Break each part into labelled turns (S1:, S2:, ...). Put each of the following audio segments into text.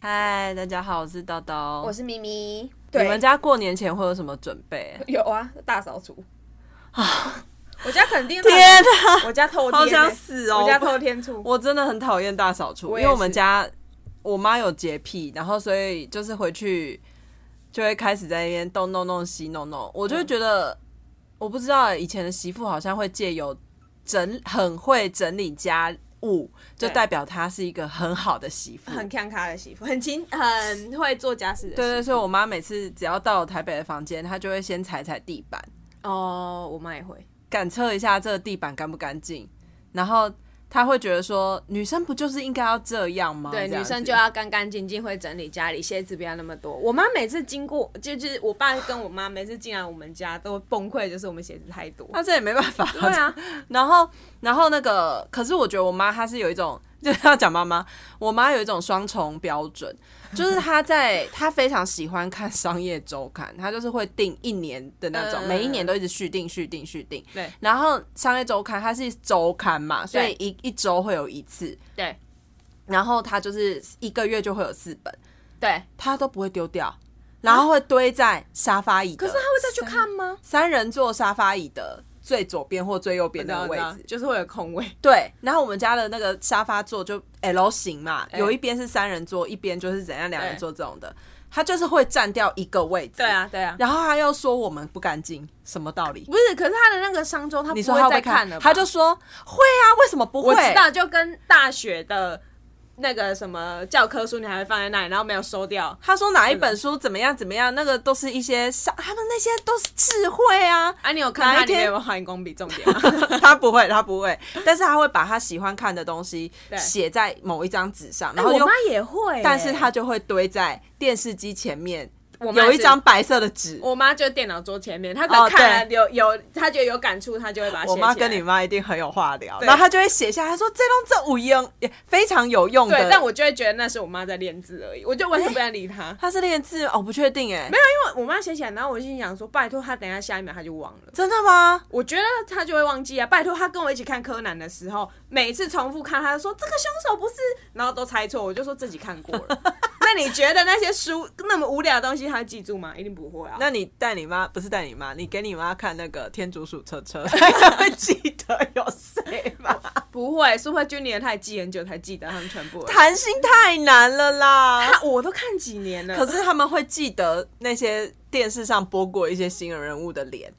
S1: 嗨，大家好，我是叨叨。
S2: 我是咪咪。
S1: 哦你们家过年前会有什么准备？
S2: 有啊，大扫除啊！ 我家肯定
S1: 天
S2: 哪、我家透天、欸
S1: 好想死哦
S2: 我家透天处，
S1: 我真的很讨厌大扫除，
S2: 我也
S1: 因
S2: 是
S1: 为我们家我妈有洁癖，然后所以就是回去就会开始在那边东弄弄西弄弄，我
S2: 嗯
S1: 就会觉得、我不知道欸以前的媳妇好像会借由整很会整理家务，就
S2: 对
S1: 代表她是一个很好的媳妇。
S2: 很看咖的媳妇，很勤，很会做家事的媳妇。
S1: 对对，所以我妈每次只要到台北的房间，她就会先踩踩地板，
S2: 哦，我妈也会。
S1: 感测一下这个地板干不干净，然后她会觉得说，女生不就是应该要这样吗？
S2: 对，
S1: 哦这样
S2: 女生
S1: 子
S2: 就要干干净净，会整理家里，鞋子不要那么多。我妈每次经过，就就是我爸跟我妈每次进来我们家都崩溃，就是我们鞋子太多。
S1: 那这也没办法。
S2: 对啊，
S1: 然后，然后那个，可是我觉得我妈她是有一种，就是要讲妈妈，我妈有一种双重标准，就是她在她非常喜欢看商业周刊，她就是会订一年的那种，
S2: 嗯
S1: 每一年都一直续订、续订、续订。
S2: 对
S1: 然后商业周刊它是周刊嘛，所以
S2: 对
S1: 一一周会有一次，
S2: 对
S1: 然后她就是一个月就会有四本，
S2: 对，
S1: 她都不会丢掉，然后会堆在沙发椅的。
S2: 可是她会再去看 吗？
S1: 三人座沙发椅的最左边或最右边
S2: 知道
S1: 的位
S2: 知
S1: 置
S2: 道。就是会有空位。
S1: 对，然后我们家的那个沙发座就 L 型嘛，
S2: 哎
S1: 有一边是三人座，一边就是怎样两人座这种的，他就是会占掉一个位置。
S2: 对，啊，对啊。
S1: 然后他又说我们不干净，什么道理？
S2: 不是，可是他的那个商周，他
S1: 你
S2: 不
S1: 说他
S2: 再
S1: 会看
S2: 了吧，
S1: 他就说会啊，为什么不会？
S2: 我知道，就跟大学的那个什么教科书，你还会放在那里，然后没有收掉。
S1: 他说哪一
S2: 嗯
S1: 本书怎么样怎么样，那个都是一些上，他们那些都是智慧啊。
S2: 啊，你有看
S1: 哪
S2: 它
S1: 一
S2: 里
S1: 天
S2: 面有画荧光笔重 点吗？
S1: 他不会，他不会，但是他会把他喜欢看的东西
S2: 对
S1: 写在某一张纸上，
S2: 哎
S1: 然后
S2: 我
S1: 又
S2: 妈也会欸、
S1: 但是他就会堆在电视机前面，
S2: 我妈
S1: 有一
S2: 是
S1: 张，白色的纸。
S2: 我妈就电脑桌前面，她可
S1: 哦
S2: 能看了有有，她觉得有感触，她就会把它写
S1: 我妈
S2: 起来
S1: 跟你妈一定很有话聊，
S2: 对
S1: 然后她就会写下，她说这东这五音也非常有用的。
S2: 对，但我就会觉得那是我妈在练字而已，我就完全不想理她。
S1: 她是练字吗，哦我不确定哎，没有，
S2: 因 为我妈写起来，然后我心想说，拜托她等一下下一秒她就忘了。
S1: 真的吗？
S2: 我觉得他就会忘记啊！拜托，他跟我一起看柯南的时候，每次重复看，他就说这个凶手不是，然后都猜错，我就说自己看过 了。那你觉得那些书那么无聊的东西，他会记住吗？一定不会啊！
S1: 那你带你妈不是带你妈，你给你妈看那个天竺鼠车车， 她会记得有谁吗？
S2: 不会，是会君年他也记很久才记得他们全部而已。
S1: 弹性太难了啦。
S2: 他我都看几年了，
S1: 可是他们会记得那些电视上播过一些新人物的脸。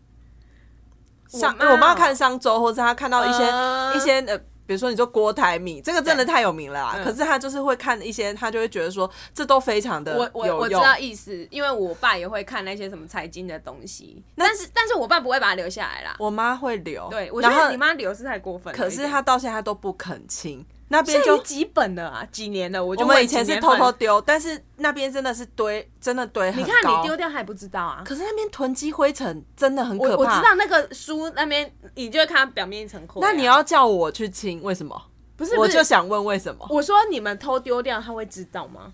S1: 上
S2: 我妈哦
S1: 我妈看上周，或是她看到一些、
S2: 嗯
S1: 一些呃，比如说你说郭台铭，这个真的太有名了啊。
S2: 嗯
S1: 可是她就是会看一些，她就会觉得说这都非常的
S2: 我我
S1: 有
S2: 我知
S1: 用。
S2: 道意思，因为我爸也会看那些什么财经的东西，但是但是我爸不会把它留下来啦。
S1: 我妈会留，
S2: 对，我觉
S1: 然后
S2: 得你妈留是太过分了一
S1: 可
S2: 点。
S1: 是她到现在都不肯亲，那边
S2: 现在已
S1: 就
S2: 经几本了啊，几年了，我就
S1: 我们
S2: 问
S1: 以前
S2: 几
S1: 是
S2: 年
S1: 偷偷
S2: 翻
S1: 丢，但是那边真的是堆，真的堆很
S2: 你
S1: 高。
S2: 看你丢掉他也不知道啊。
S1: 可是那边囤积灰尘真的很
S2: 我
S1: 可怕。
S2: 我知道那个书那边，你就会看它表面一层灰啊、
S1: 那你要叫我去亲，为什么？
S2: 不是
S1: 我
S2: 不，
S1: 就是想问为什么？
S2: 我说你们偷丢掉，他会知道吗？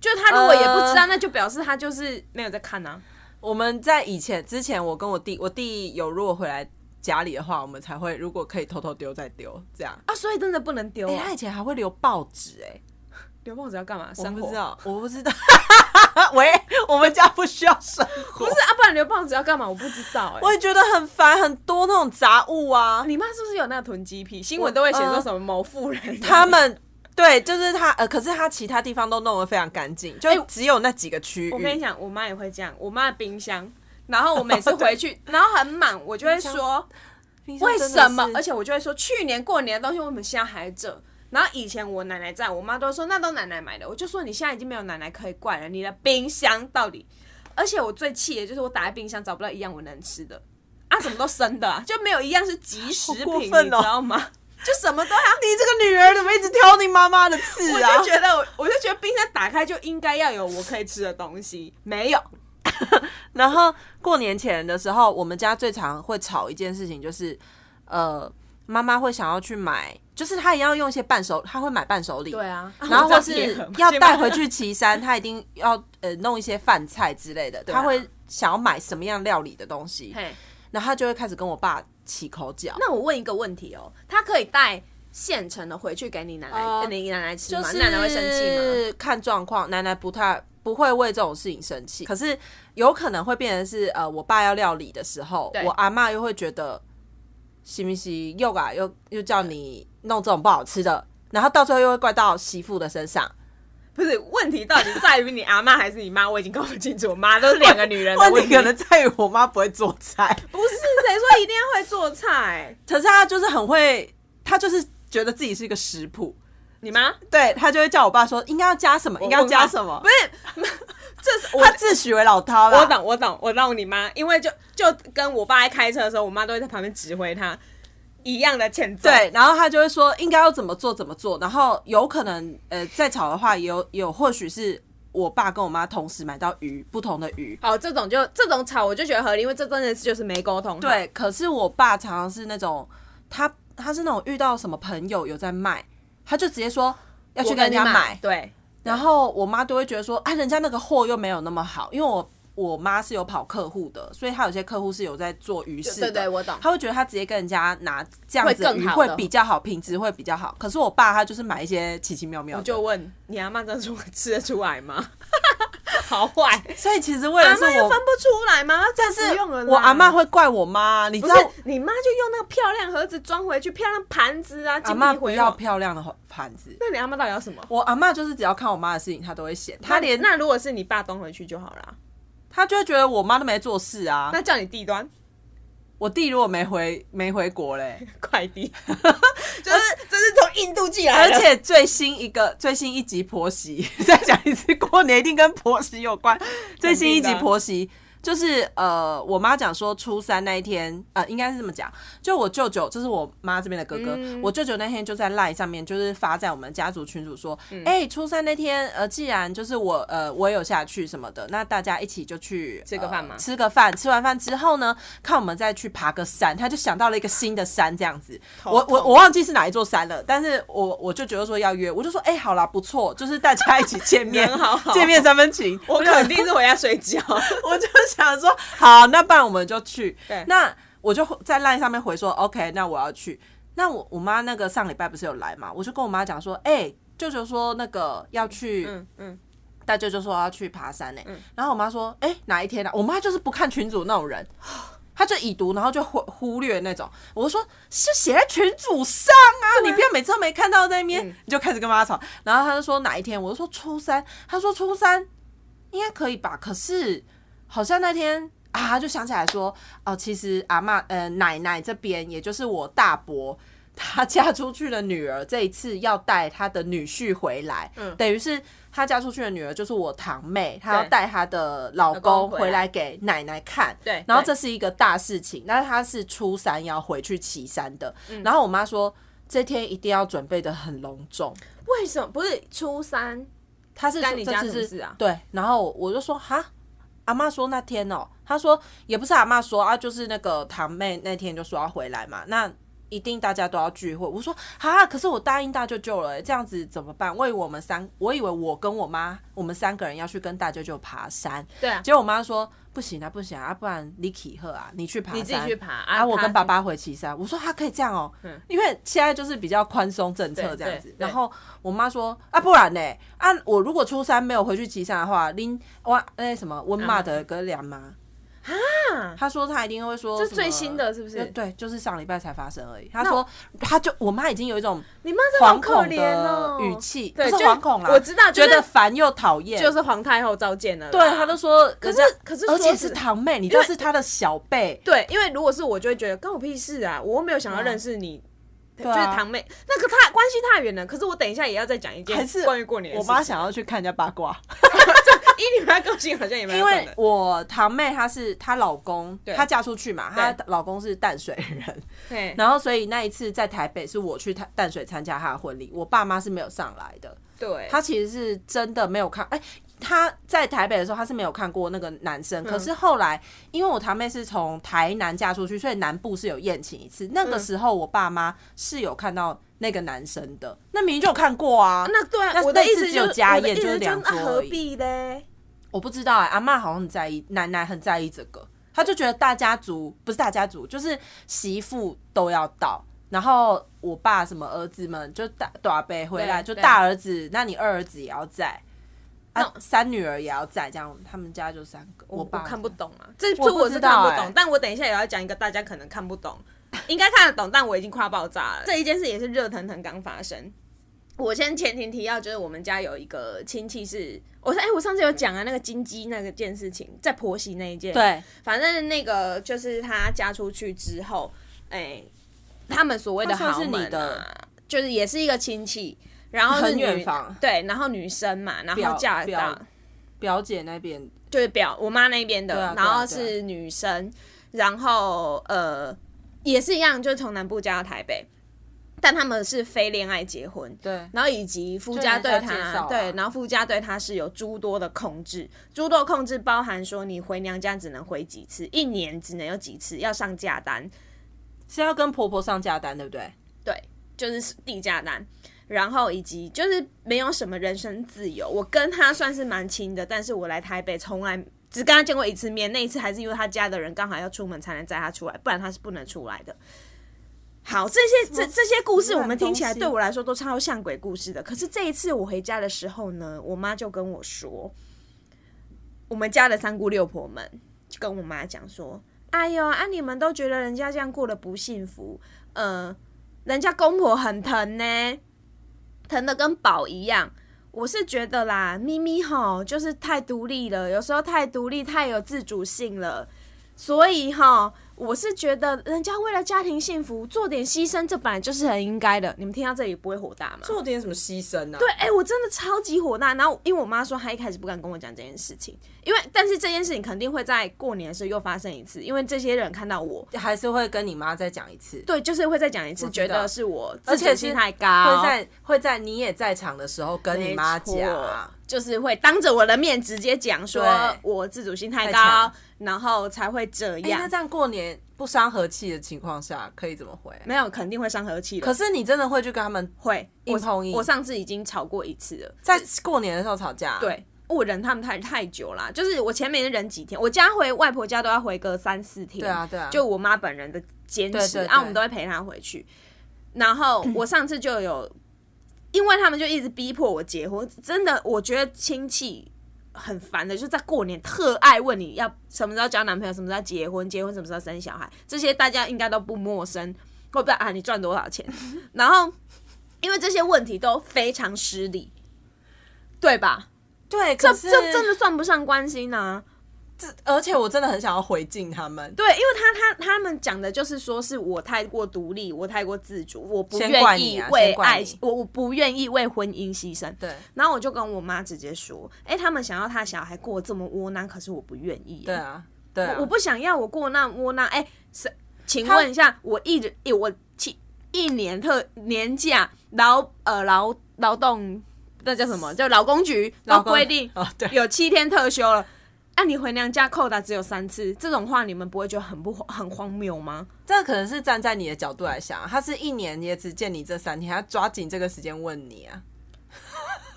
S2: 就他如果也不知
S1: 呃
S2: 道，那就表示他就是没有在看啊。
S1: 我们在以前之前，我跟我弟，我弟有如果回来家里的话，我们才会如果可以偷偷丢再丢这样。
S2: 啊，所以真的不能丢
S1: 哎、
S2: 啊
S1: 他！以前还会留报纸、哎，
S2: 留报纸要干嘛？
S1: 我
S2: 生活
S1: 不知道，我不知道。 喂，我们家不需要生活，
S2: 不是啊，不然留报纸要干嘛？我不知道哎、
S1: 我也觉得很烦，很多那种杂物啊。
S2: 你妈是不是有那个囤积癖？新闻都会写说什么某富人，
S1: 呃他们对，就是他呃，可是他其他地方都弄得非常干净，就
S2: 哎
S1: 只有那几个区域。
S2: 我跟你讲，我妈也会这样，我妈的冰箱。然后我每次回去，然后很满，我就会
S1: 箱
S2: 说，
S1: 冰箱
S2: 哦为
S1: 真的
S2: 什么
S1: 是？
S2: 而且我就会说，去年过年的东西为什么现在还这？然后以前我奶奶在，我妈都说那都奶奶买的，我就说你现在已经没有奶奶可以怪了，你的冰箱到底……而且我最气的就是我打开冰箱找不到一样我能吃的啊，怎么都 生的、啊，就没有一样是即食
S1: 好过
S2: 品，
S1: 分
S2: 你知
S1: 哦
S2: 道吗？就什么都要。
S1: 你这个女儿怎么一直挑你妈妈的刺啊
S2: 我？就觉得我，我就觉得冰箱打开就应该要有我可以吃的东西，没有。
S1: 然后过年前的时候，我们家最常会吵一件事情，就是呃，妈妈会想要去买，就是她也要用一些伴手，她会买伴手礼，
S2: 啊，
S1: 然后
S2: 我
S1: 或
S2: 知道也
S1: 是
S2: 很
S1: 要
S2: 先把
S1: 带回去岐山，她一定要呃弄一些饭菜之类的，
S2: 啊
S1: 她会想要买什么样料理的东西。
S2: 嘿，
S1: 然后他就会开始跟我爸起口角。
S2: 那我问一个问题哦，他可以带现成的回去给你奶奶、
S1: 呃
S2: 呃你奶奶吃
S1: 就
S2: 吗？
S1: 是
S2: 奶奶会生气吗？
S1: 看状况，奶奶不太不会为这种事情生气，可是有可能会变成是呃，我爸要料理的时候
S2: 对，
S1: 我阿妈又会觉得，行不行？又啊又又叫你弄这种不好吃的，然后到最后又会怪到媳妇的身上。
S2: 不是，问题到底在于你阿妈还是你妈？我已经搞不清楚，我妈都是两个女 人的
S1: 问
S2: 问
S1: 题
S2: 题。
S1: 可能在于我妈不会做菜，
S2: 不是谁说一定要会做菜？
S1: 可是她就是很会，她就是觉得自己是一个食谱。
S2: 你 妈
S1: 对她就会叫我爸说应该要加什么，应该要加什么
S2: 不。是， 这是我
S1: 她自诩为老饕啦，
S2: 我懂，我懂，我懂你妈，因为就就跟我爸在开车的时候，我妈都会在旁边指挥他一样的欠揍。，
S1: 对，然后他就会说应该要怎么做怎么做，然后有可能呃再吵的话，也有有或许是我爸跟我妈同时买到鱼，不同的鱼。
S2: 哦，这种就这种吵我就觉得合理，因为这真的是就是没沟通。，
S1: 对，可是我爸常常是那种他他是那种遇到什么朋友有在卖，他就直接说要去
S2: 我
S1: 跟人
S2: 跟你
S1: 家买，
S2: 对，
S1: 然后我妈都会觉得说，哎、人家那个货又没有那么好，因为我。我妈是有跑客户的，所以她有些客户是有在做鱼市的，
S2: 对对我懂
S1: 她会觉得她直接跟人家拿这样子
S2: 会
S1: 的
S2: 更
S1: 鱼
S2: 好
S1: 会
S2: 的
S1: 比较好，品质会比较好。可是我爸他就是买一些奇奇妙妙
S2: 我
S1: 的，
S2: 就问你阿妈真的出 吃得出来吗？ 好坏，
S1: 所以其实为
S2: 阿
S1: 了是
S2: 妈又
S1: 我
S2: 分，不出来吗？但
S1: 但
S2: 用了
S1: 是
S2: 啦，
S1: 我阿妈会怪我妈，你知
S2: 不
S1: 道
S2: 是你妈就用那个漂亮盒子装回去，漂亮盘子啊，
S1: 阿
S2: 金
S1: 妈
S2: 碧
S1: 不
S2: 辉
S1: 要
S2: 煌。
S1: 漂亮的盘子，
S2: 那你阿妈到底要什么？
S1: 我阿妈就是只要看我妈的事情，她都会嫌，她
S2: 那
S1: 连
S2: 那如果是你爸端回去就好了，
S1: 她就会觉得我妈都没做事啊。
S2: 那叫你弟端。
S1: 我弟如果没回没回国嘞，
S2: 快 递，就是这是从印度寄来
S1: 而
S2: 的，
S1: 且最新一个最新一集婆媳， 再讲一次，过年一定跟婆媳有关。最新一集婆媳就是呃，我妈讲说初三那一天，呃，应该是这么讲，就我舅舅，这是我妈这边的哥哥，
S2: 嗯
S1: 我舅舅那天就在赖上面就是发在我们家族群组说，
S2: 嗯
S1: 哎、初三那天，呃，既然就是我呃我有下去什么的，那大家一起就去
S2: 吃个饭嘛
S1: 呃吃个饭，吃完饭之后呢，看我们再去爬个山，他就想到了一个新的山这样子。我我
S2: 痛
S1: 我忘记是哪一座山了，但是我我就觉得说要约，我就说哎、好啦，不错，就是大家一起见面，
S2: 人好好
S1: 见面三分情。
S2: 我
S1: 就
S2: 肯定是回家睡觉。
S1: 我就想说，好，那不然我们就去。
S2: 对
S1: 那我就在 LINE 上面回说，OK，那我要去。那我我妈那个上礼拜不是有来嘛，我就跟我妈讲说，哎、舅舅说那个要去，
S2: 嗯嗯，
S1: 大舅舅说要去爬山呢、欸然后我妈说，哎、哪一天啊？我妈就是不看群主那种人。她就已读，然后就忽忽略那种。我就说就写在群主上啊，你不要每次都没看到在那
S2: 嗯
S1: 边、你就开始跟妈吵。然后她就说哪一天，我就说初三，她说初三应该可以吧？可是好像那天啊，她就想起来说哦、其实阿嬷呃奶奶这边，也就是我大伯。她嫁出去的女儿这一次要带她的女婿回来，等于是她嫁出去的女儿就是我堂妹，她要
S2: 嗯对
S1: 带她的老
S2: 公
S1: 公
S2: 回
S1: 回
S2: 来
S1: 来给奶奶看，
S2: 对
S1: 然后
S2: 对
S1: 这是一个大事情，但是她是初三要回去岐山的，然后我妈说这天一定要准备的很隆重，
S2: 为什么不是初三？
S1: 她是
S2: 干
S1: 说
S2: 你
S1: 这
S2: 家
S1: 次
S2: 什么
S1: 是
S2: 事啊
S1: 对，然后我我就说哈，阿妈说那天哦、她说也不是阿妈说啊，就是那个堂妹那天就说要回来嘛，那。一定大家都要聚会，我说啊，可是我答应大舅舅了、欸这样子怎么办？我以为我们三，我以为我跟我妈，我们三个人要去跟大舅舅爬山，
S2: 对啊，
S1: 结果我妈说不行啊，不行啊，啊不然你起喝啊，你去爬山，
S2: 你自己去爬啊
S1: 啊，我
S2: 他嗯
S1: 跟爸爸回岐山。我说他可以这样哦、因为现在就是比较宽松政策这样
S2: 对
S1: 子
S2: 对。对
S1: 然后我妈说啊，不然呢？啊，我如果初三没有回去岐山的话，拎我那什么温
S2: 嗯
S1: 妈的跟两妈啊，她说她一定会说
S2: 这
S1: 什么
S2: 最新的是不是
S1: 呃对，就是上礼拜才发生而已。她说她就我妈已经有一种
S2: 你妈真的好
S1: 惶
S2: 可
S1: 恐
S2: 怜哦
S1: 的，语气，
S2: 对，
S1: 不
S2: 就是
S1: 惶恐啦，
S2: 我知道，就
S1: 觉
S2: 是
S1: 得烦又讨厌，
S2: 就是皇太后召见了啦，
S1: 对，她都说
S2: 可
S1: 人
S2: 是
S1: 家。
S2: 可是
S1: 而
S2: 说
S1: 且
S2: 实
S1: 是堂妹，你知道是她的小辈，
S2: 对，因为如果是我就会觉得关我屁事啊，我又没有想要认识你。
S1: 嗯啊
S2: 就是堂妹，那个太关系太远了。可是我等一下也要再讲一件，
S1: 还是
S2: 关于过年的
S1: 我
S2: 事
S1: 妈
S2: 情啊
S1: 想要去看人家八卦，
S2: 以你妈个性好像也蛮
S1: 因
S2: 有可能
S1: 为我堂妹她是她老公，她嫁出去嘛，她
S2: 对
S1: 老公是淡水人，
S2: 嘿
S1: 然后所以那一次在台北是我去淡淡水参加她的婚礼，我爸妈是没有上来的，
S2: 对，
S1: 她其实是真的没有看，哎、她在台北的时候，她是没有看过那个男生。
S2: 嗯
S1: 可是后来，因为我堂妹是从台南嫁出去，所以南部是有宴请一次。那
S2: 嗯
S1: 个时候，我爸妈是有看到那个男生的，那明明就有看过啊。
S2: 那对啊，
S1: 那
S2: 我的
S1: 那
S2: 意
S1: 次
S2: 思
S1: 只有
S2: 就是
S1: 家
S2: 我的
S1: 宴
S2: 意
S1: 就
S2: 思
S1: 是两
S2: 那
S1: 桌
S2: 何
S1: 而已
S2: 必嘞？
S1: 欸我不知道哎、阿嬷好像很在意，奶奶很在意这个，他就觉得大家族不是大家族，就是媳妇都要到。然后我爸什么儿子们就大大伯回来，
S2: 对
S1: 就
S2: 对
S1: 大儿子，那你二儿子也要在，
S2: 那
S1: 啊，三女儿也要在，这样他们家就三个。
S2: 我
S1: 爸
S2: 看不懂啊，这这
S1: 我不
S2: 我是
S1: 知
S2: 看
S1: 道
S2: 不
S1: 欸
S2: 懂，但我等一下也要讲一个大家可能看不懂，应该看得懂，但我已经快要爆炸了。 这一件事也是热腾腾刚发生。我先前庭提要，就是我们家有一个亲戚是，我说哎、我上次有讲啊，那个金鸡那个件事情，在婆媳那一件，，
S1: 对，
S2: 反正那个就是她嫁出去之后，哎、他们所谓的
S1: 那算
S2: 豪
S1: 是
S2: 门、啊、
S1: 你的
S2: 就是也是一个亲戚，然后是
S1: 很远
S2: 女
S1: 房
S2: 对，然后女生嘛，然
S1: 表
S2: 后嫁
S1: 表
S2: 到
S1: 表姐那边
S2: 就是表我妈那边的，
S1: 对啊对
S2: 然
S1: 啊对啊
S2: 后是女生，然后呃也是一样，就是从南部嫁到台北，但他们是非恋爱结婚。
S1: 对
S2: 然后以及夫家对
S1: 就人家介
S2: 他，
S1: 绍啊
S2: 对，然后夫家对他是有诸多的控制，诸多控制包含说你回娘家只能回几次，一年只能有几次，要上假单，
S1: 是要跟婆婆上下单，对不对？
S2: 对，就是地价单，然后以及就是没有什么人身自由。我跟他算是蛮亲的，但是我来台北从来只跟他见过一次面，那一次还是因为他家的人刚好要出门才能载他出来，不然他是不能出来的。好，这些这这些故事我们听起来对我来说都超像鬼故事的。可是这一次我回家的时候呢，我妈就跟我说，我们家的三姑六婆们就跟我妈讲说：“哎呦，啊你们都觉得人家这样过得不幸福，呃，人家公婆很疼呢，疼的跟宝一样。我是觉得啦，咪咪吼就是太独立了，有时候太独立，太有自主性了，所以哈，我是觉得人家为了家庭幸福做点牺牲，这本来就是很应该的。你们听到这里不会火大吗？
S1: 做点什么牺牲呢、啊？
S2: 对，哎、我真的超级火大。然后因为我妈说她一开始不敢跟我讲这件事情，因为但是这件事情肯定会在过年的时候又发生一次，因为这些人看到我，
S1: 对，还是会跟你妈再讲一次，
S2: 对，就是会再讲一次，
S1: 我知
S2: 觉得
S1: 道
S2: 是我
S1: 而且
S2: 自尊
S1: 是
S2: 心太高，
S1: 会在会在你也在场的时候跟你妈讲
S2: 没
S1: 啊
S2: 错，就是会当着我的面直接讲说
S1: 对
S2: 我自主性太
S1: 太
S2: 高
S1: 强，
S2: 然后才会这
S1: 哎、
S2: 样。
S1: 那这样过年不伤和气的情况下，可以怎么回？
S2: 没有，肯定会伤和气的。
S1: 可是你真的会去跟他们
S2: 会，我
S1: 硬碰硬
S2: 我上次已经吵过一次了，
S1: 在过年的时候吵架？，
S2: 对，我忍他们太太久啦，就是我前面忍几天，我家回外婆家都要回个三四天。
S1: 对啊对啊
S2: 就我妈本人的坚持，
S1: 对对对
S2: 啊，我们都会陪她回去。然后我上次就有，因为他们就一直逼迫我结婚，真的，我觉得亲戚。很烦的，就在过年特爱问你要什么时候交男朋友，什么时候结婚，结婚什么时候生小孩，这些大家应该都不陌生。或不啊，你赚多少钱？ 然后因为这些问题都非常失礼，对吧？
S1: 对，
S2: 这
S1: 可是
S2: 这真的算不上关心呐、
S1: 这，而且我真的很想要回敬他们，
S2: 对，因为他他他们讲的就是说，是我太过独立，我太过自主，我不
S1: 先
S2: 愿
S1: 怪
S2: 意
S1: 你啊
S2: 为
S1: 先怪
S2: 爱，
S1: 你
S2: 我我不愿意为婚姻牺牲。
S1: 对
S2: 然后我就跟我妈直接说，哎、他们想要他小孩过得这么窝囊，可是我不愿意、
S1: 对啊，对啊
S2: 我我不想要我过那窝囊。哎、是，请问一下，我一直诶我七一年特年假劳呃劳劳动那叫什么？叫劳工局都
S1: 老公
S2: 规定
S1: 哦，对，
S2: 有七天特休了。啊，你回娘家扣打只有三次，这种话你们不会觉得很不很荒谬吗？
S1: 这可能是站在你的角度来想，他是一年也只见你这三天，他抓紧这个时间问你啊，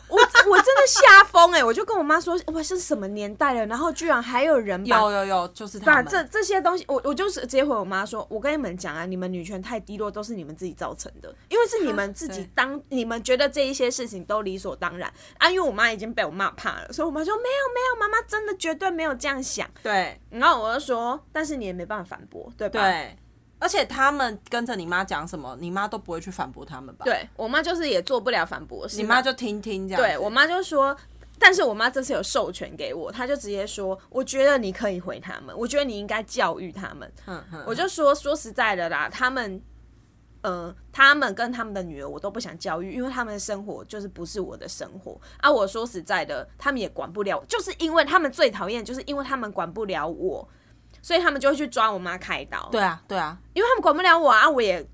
S2: 我我真的吓疯哎！我就跟我妈说，哇，是什么年代了，然后居然还有人把
S1: 有有有，就是
S2: 把
S1: 他
S2: 啊这
S1: 们，
S2: 这些东西，我我就是直接回我妈说，我跟你们讲啊，你们女权太低落，都是你们自己造成的，因为是你们自己
S1: 对
S2: 当，你们觉得这一些事情都理所当然啊。因为我妈已经被我骂怕了，所以我妈说没有没有，妈妈真的绝对没有这样想。
S1: 对
S2: 然后我就说，但是你也没办法反驳，对吧？
S1: 对，而且他们跟着你妈讲什么，你妈都不会去反驳他们吧？，
S2: 对我妈就是也做不了反驳，是
S1: 你
S2: 吗
S1: 妈就听听这样子，
S2: 对我妈就说。但是我妈这次有授权给我，她就直接说：“我觉得你可以回他们，我觉得你应该教育他们。”
S1: 嗯，嗯
S2: 我就说说实在的啦，他们，呃，他们跟他们的女儿我都不想教育，因为他们的生活就是不是我的生活啊。我说实在的，他们也管不了，就是因为他们最讨厌，就是因为他们管不了我，所以他们就会去抓我妈开刀。
S1: 对啊对啊，
S2: 因为他们管不了我啊，我也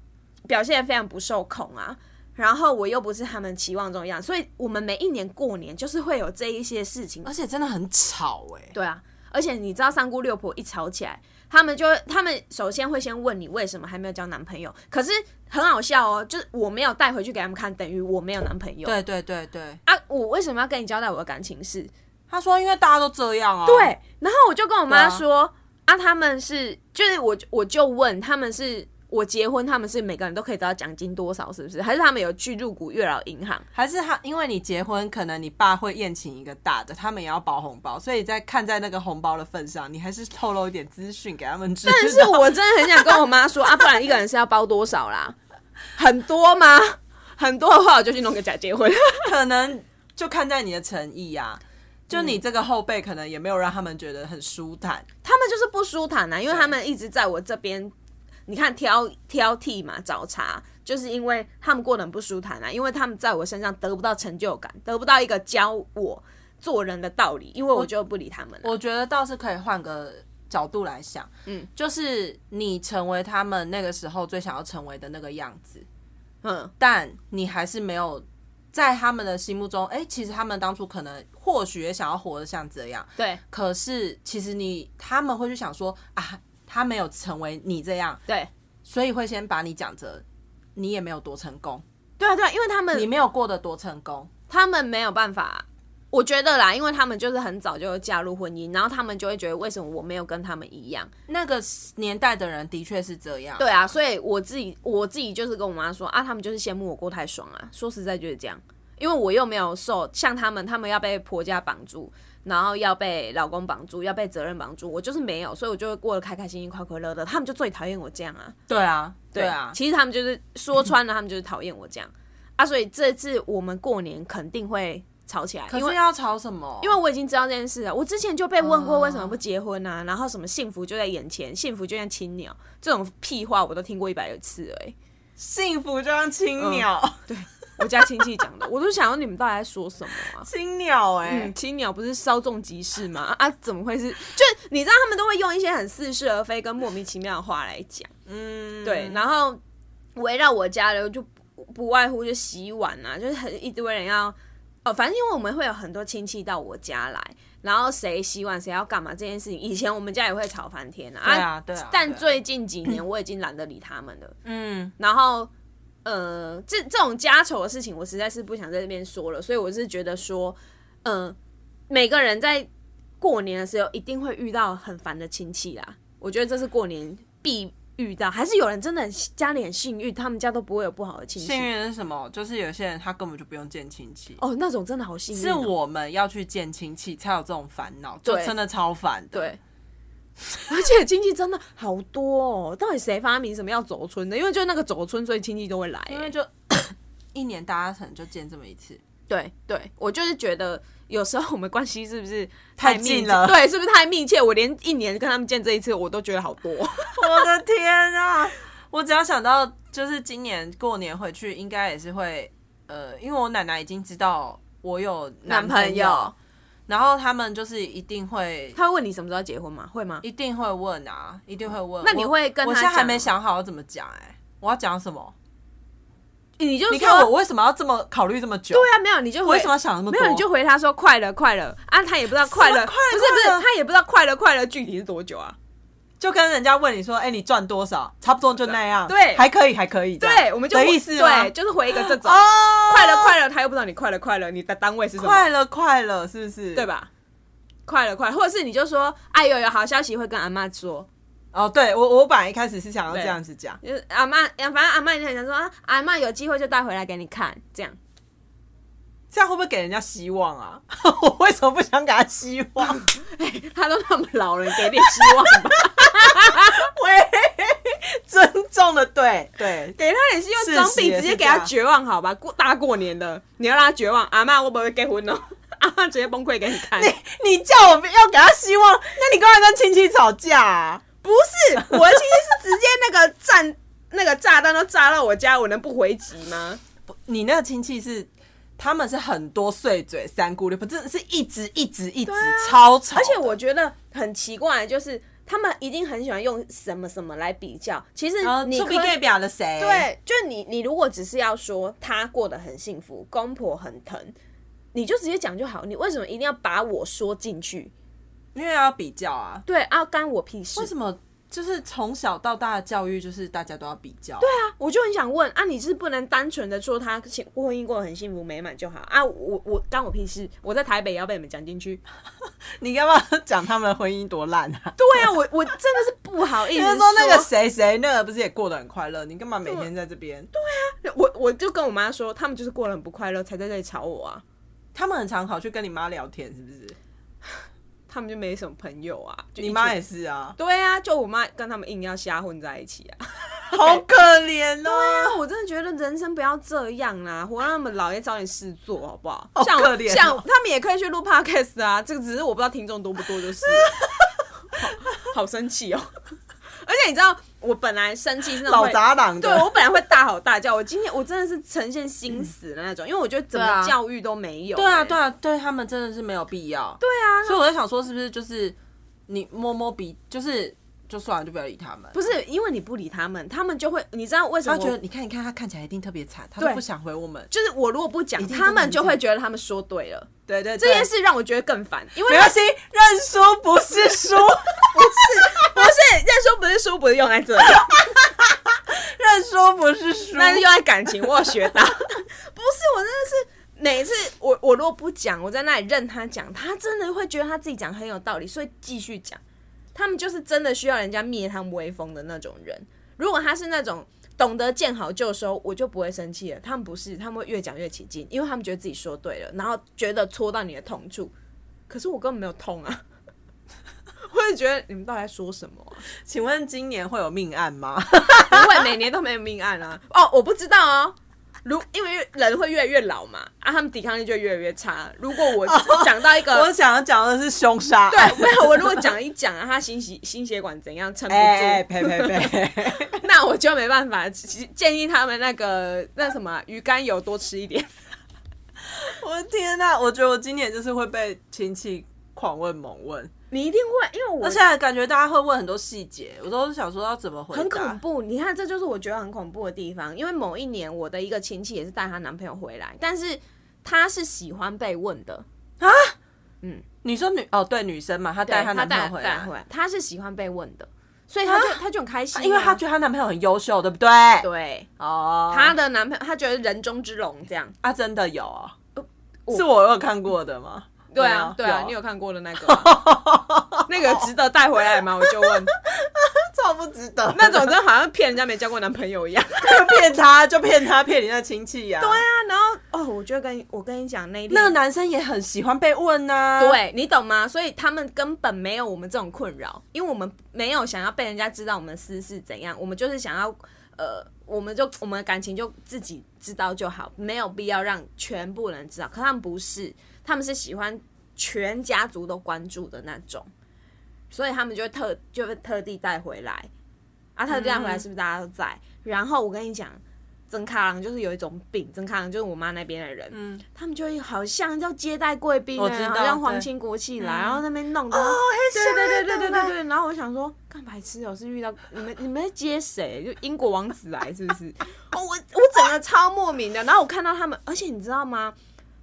S2: 表现得非常不受控啊。然后我又不是他们期望中的样子，所以我们每一年过年就是会有这一些事情
S1: 而且真的很吵哎、
S2: 对啊，而且你知道三姑六婆一吵起来，他们就会他们首先会先问你为什么还没有交男朋友，可是很好笑哦，就是我没有带回去给他们看，等于我没有男朋友。
S1: 对对对对，
S2: 啊，我为什么要跟你交代我的感情事？
S1: 他说因为大家都这样啊，
S2: 对，然后我就跟我
S1: 对
S2: 妈
S1: 啊
S2: 说。啊，他们是就是我我就问他们是。我结婚，他们是每个人都可以得到奖金多少，是不是？还是他们有去入股月老银行？
S1: 还是他因为你结婚，可能你爸会宴请一个大的，他们也要包红包，所以在看在那个红包的份上，你还是透露一点资讯给他们知道。
S2: 但是我真的很想跟我妈说啊，不然一个人是要包多少啦？很多吗？很多的话，我就去弄个假结婚。
S1: 可能就看在你的诚意啊，就你这个后辈可能也没有让他们觉得很舒坦。
S2: 他们就是不舒坦啊呐、因为他们一直在我这边，你看挑挑剔嘛，找茬，就是因为他们过得很不舒坦啊，因为他们在我身上得不到成就感，得不到一个教我做人的道理，因为我就不理他们了。
S1: 我觉得倒是可以换个角度来想，嗯，就是你成为他们那个时候最想要成为的那个样子，
S2: 嗯，
S1: 但你还是没有在他们的心目中，哎、其实他们当初可能或许也想要活得像这样，
S2: 对
S1: 可是其实你他们会去想说啊，他没有成为你这样，
S2: 对
S1: 所以会先把你讲着，你也没有多成功，
S2: 对啊对啊，因为他
S1: 你
S2: 们
S1: 没有过得多成功，
S2: 他们没有办法。我觉得啦，因为他们就是很早就嫁入婚姻，然后他们就会觉得为什么我没有跟他们一样？
S1: 那个年代的人的确是这样，
S2: 对啊，所以我自己我自己就是跟我妈说啊，他们就是羡慕我过太爽啊。说实在就是这样，因为我又没有受像他们，他们要被婆家绑住，然后要被老公绑住，要被责任绑住，我就是没有，所以我就会过得开开心心、快快乐乐。他们就最讨厌我这样啊。
S1: 对啊，对啊，
S2: 其实他们就是说穿了，他们就是讨厌我这样啊。所以这次我们过年肯定会吵起来，
S1: 可
S2: 因
S1: 是
S2: 为。
S1: 要吵什么？
S2: 因为我已经知道这件事了，我之前就被问
S1: 嗯
S2: 过为什么不结婚啊，然后什么幸福就在眼前，幸福就像青鸟这种屁话我都听过一百次了、欸。
S1: 幸福就像青鸟，
S2: 嗯我家亲戚讲的， 我都想要你们到底在说什么啊？
S1: 青鸟哎、
S2: 嗯，青鸟不是稍纵即逝吗？啊，怎么会是？就你知道他们都会用一些很似是而非跟莫名其妙的话来讲，
S1: 嗯，
S2: 对，然后围绕我家的就不不外乎就洗碗啊，就是很一堆人要，哦，反正因为我们会有很多亲戚到我家来，然后谁洗碗谁要干嘛这件事情，以前我们家也会吵翻天啊，
S1: 对啊对啊
S2: 但
S1: 对啊
S2: 最近几年我已经懒得理他们了。
S1: 嗯，
S2: 然后呃，这这种家丑的事情，我实在是不想在这边说了，所以我是觉得说，嗯、每个人在过年的时候一定会遇到很烦的亲戚啦，我觉得这是过年必遇到，还是有人真的很家里很幸运，他们家都不会有不好的亲
S1: 幸
S2: 戚。
S1: 运的是什么？就是有些人他根本就不用见亲戚。
S2: 哦，那种真的好幸运、
S1: 是。我们要去见亲戚才有这种烦恼，就
S2: 对
S1: 真的超烦的。
S2: 对， 而且亲戚真的好多哦，到底谁发明什么要走村的？因为就那个走村，所以亲戚都会来、欸
S1: 因为就 一年大家可能就见这么一次，
S2: 对对，我就是觉得有时候我们关系是不是
S1: 太
S2: 密
S1: 近
S2: 切
S1: 了
S2: 对，是不是太密切？我连一年跟他们见这一次，我都觉得好 多。
S1: 我的天啊！我只要想到，就是今年过年回去，应该也是会，呃，因为我奶奶已经知道我有男朋友，然后他们就是一定会
S2: 他会问你什么时候要结婚吗？会吗？
S1: 一定会问啊，一定会问。
S2: 那你
S1: 我
S2: 会跟
S1: 我
S2: 他
S1: 现在还
S2: 讲
S1: 没
S2: 吗
S1: 想好要怎么讲哎、我要讲什么？
S2: 你就
S1: 你
S2: 说
S1: 看我为什么要这么考虑这么久？
S2: 对啊，没有你就
S1: 我
S2: 回
S1: 为什么要想那么
S2: 没
S1: 多？
S2: 有你就回他说快了快了啊，他也不知道快乐
S1: 快了
S2: 不是不
S1: 快了
S2: 是他也不知道快了快了具体是多久啊？
S1: 就跟人家问你说，哎、你赚多少？差不多就那样，
S2: 对
S1: 还可以，还可以这样，
S2: 对，我们就
S1: 的
S2: 回
S1: 意思吗
S2: 对，就是回一个这种、
S1: 哦，
S2: 快了快了，他又不知道你快了快了，你的单位是什么？
S1: 快了，快了，是不是？
S2: 对？吧？快了快了，或者是你就说哎呦有好消息会跟阿妈说，
S1: 哦，对我，我本来一开始是想要这样子讲，
S2: 就是阿妈，反正阿妈也很想说，啊阿妈有机会就带回来给你看，这样。
S1: 这样会不会给人家希望啊？ 我为什么不想给他希望？
S2: 他都那么老了，给点希望吧，
S1: 喂，尊重的，对对，
S2: 给他点希望，
S1: 事实
S2: 总比直
S1: 也
S2: 接
S1: 是
S2: 给他
S1: 这样
S2: 绝望好吧？过大过年的，你要让他绝望，阿妈我不会结婚哦， 阿妈直接崩溃给你看。
S1: 你叫我不要给他希望，那你干嘛跟亲戚吵架啊？
S2: 不是，我其实是直接那个炸 那个炸弹都炸到我家，我能不回击吗？
S1: 你那个亲戚是，他们是很多碎嘴三姑六婆，真的是一直一直一直、超吵的，
S2: 而且我觉得很奇怪，就是他们一定很喜欢用什么什么来比较，其实
S1: 然后
S2: 你
S1: 触鼻
S2: 可以
S1: 盖表了谁？，
S2: 对，就你你如果只是要说他过得很幸福，公婆很疼，你就直接讲就好。你为什么一定要把我说进去？
S1: 因为要比较啊，
S2: 对啊，干我屁事
S1: 为。什么就是从小到大的教育，就是大家都要比较。对啊，
S2: 我就很想问啊，你是不能单纯的说他幸婚姻过得很幸福美满就好啊？我我干我屁事？我在台北也要被你们讲进去？
S1: 你干嘛讲他们的婚姻多烂啊？
S2: 对啊，我我真的是不好意
S1: 比
S2: 思
S1: 如说那个谁谁，那个不是也过得很快乐？你干嘛每天在这边？对，
S2: 我我就跟我妈说，他们就是过得很不快乐，才在这里吵我啊。
S1: 他们很常跑去跟你妈聊天，是不是？
S2: 他们就没什么朋友啊。就一
S1: 你
S2: 群
S1: 妈也是啊，
S2: 对啊，就我妈跟他们硬要瞎混在一起啊。
S1: 好可怜哦。
S2: 我真的觉得人生不要这样啦、活到那么老也找点事做好不好？
S1: 好
S2: 像
S1: 可怜哦
S2: 像他们也可以去录 podcast 啊，这个只是我不知道听众多不多就是了。好好生气哦！而且你知道，我本来生气是那种
S1: 老
S2: 会
S1: 杂党
S2: 对
S1: 的，
S2: 我本来会大吼大叫，我今天我真的是呈现心死的那种，因为我觉得怎
S1: 对
S2: 么
S1: 啊
S2: 教育都没有欸、
S1: 对啊，对啊，对他们真的是没有必要。对啊，所以我在想说，是不是就是你摸摸鼻，就是就算了，就不要理他们。
S2: 不是因为你不理他们，他们就会，你知道为什么
S1: 他
S2: 我？
S1: 觉得你看，你看他看起来一定特别惨，他
S2: 对
S1: 都不想回我们。
S2: 就是我如果不讲，
S1: 定不
S2: 他
S1: 能
S2: 们就
S1: 讲
S2: 会觉得他们说对了。
S1: 对对，
S2: 这件事让我觉得更烦，因为
S1: 没
S2: 他
S1: 关系，认输不是 输，
S2: 不是认输，不是输，不是用在 这里，
S1: 认输不是输。
S2: 那是用在感情，我有学 到。不是，我真的是每次我我如果不讲，我在那里任他讲，他真的会觉得他自己讲很有道理，所以继续讲。他们就是真的需要人家灭他们威风的那种人。如果他是那种懂得见好就收，我就不会生气了。他们不是，他们会越讲越起劲，因为他们觉得自己说对了，然后觉得戳到你的痛处。可是我根本没有痛啊！ 我也觉得你们到底在说什么啊、
S1: 请问今年会有命案吗？
S2: 不会每年都没有命案啊。哦，我不知道哦。如因为人会越来越老嘛，啊，他们抵抗力就越来越差。如果哦我讲到一个，
S1: 我想要讲的是凶杀案。
S2: 对，没有，我如果讲一讲啊，他心血心血管怎样撑不住，
S1: 哎哎，呸呸呸！
S2: 那我就没办法。其建议他们那个那什么啊鱼肝油多吃一点。
S1: 我的天呐，我觉得我今年就是会被亲戚狂问猛问，
S2: 你一定会，因为我
S1: 而且感觉大家会问很多细节，我都想说要怎么回答。
S2: 很恐怖。你看，这就是我觉得很恐怖的地方。因为某一年，我的一个亲戚也是带她男朋友回来，但是她是喜欢被问的，
S1: 你说女哦，对女生嘛，她带她
S2: 她
S1: 男朋友回
S2: 带带
S1: 来，
S2: 回来，她是喜欢被问的，所以她就她就很开心啊、
S1: 因为她觉得她男朋友很优秀，对不对？
S2: 对
S1: 哦，
S2: 她的男朋友，她觉得人中之龙这样。
S1: 啊真的有哦
S2: 我
S1: 是我嗯有看过的吗？
S2: 对啊，对
S1: 没
S2: 啊，
S1: 有
S2: 你有看过的那个 吗，那个值得带回来吗？我就 问，
S1: 超不值得，
S2: 那种真的好像骗人家没交过男朋友一样。对
S1: 就骗他，就骗他，骗你那亲戚呀、对，
S2: 啊，然后哦，我就跟我跟你讲那一天
S1: 那个男生也很喜欢被问呐、啊。，
S2: 对你懂吗？所以他们根本没有我们这种困扰，因为我们没有想要被人家知道我们的私事怎样，我们就是想要呃，我们就我们的感情就自己知道就好，没有必要让全部人知道。可他们不是，他们是喜欢全家族都关注的那种，所以他们就会特就会特地带回来。啊，特地带回
S1: 嗯
S2: 来是不是大家都在？然后我跟你讲，曾卡郎就是有一种病，曾卡郎就是我妈那边的人，
S1: 嗯，
S2: 他们就会好像要接待贵宾、
S1: 我知
S2: 欸，
S1: 道
S2: 好像皇亲国戚来，
S1: 对
S2: 然后那边弄的，
S1: 哦黑
S2: 对
S1: 社
S2: 对
S1: 会
S2: 对对对
S1: 懂
S2: 对
S1: 了
S2: 对。然后我想说，干白痴哦、是遇到你们你们在接谁？就英国王子来是不是？哦，我我整个超莫名的。然后我看到他们，而且你知道吗？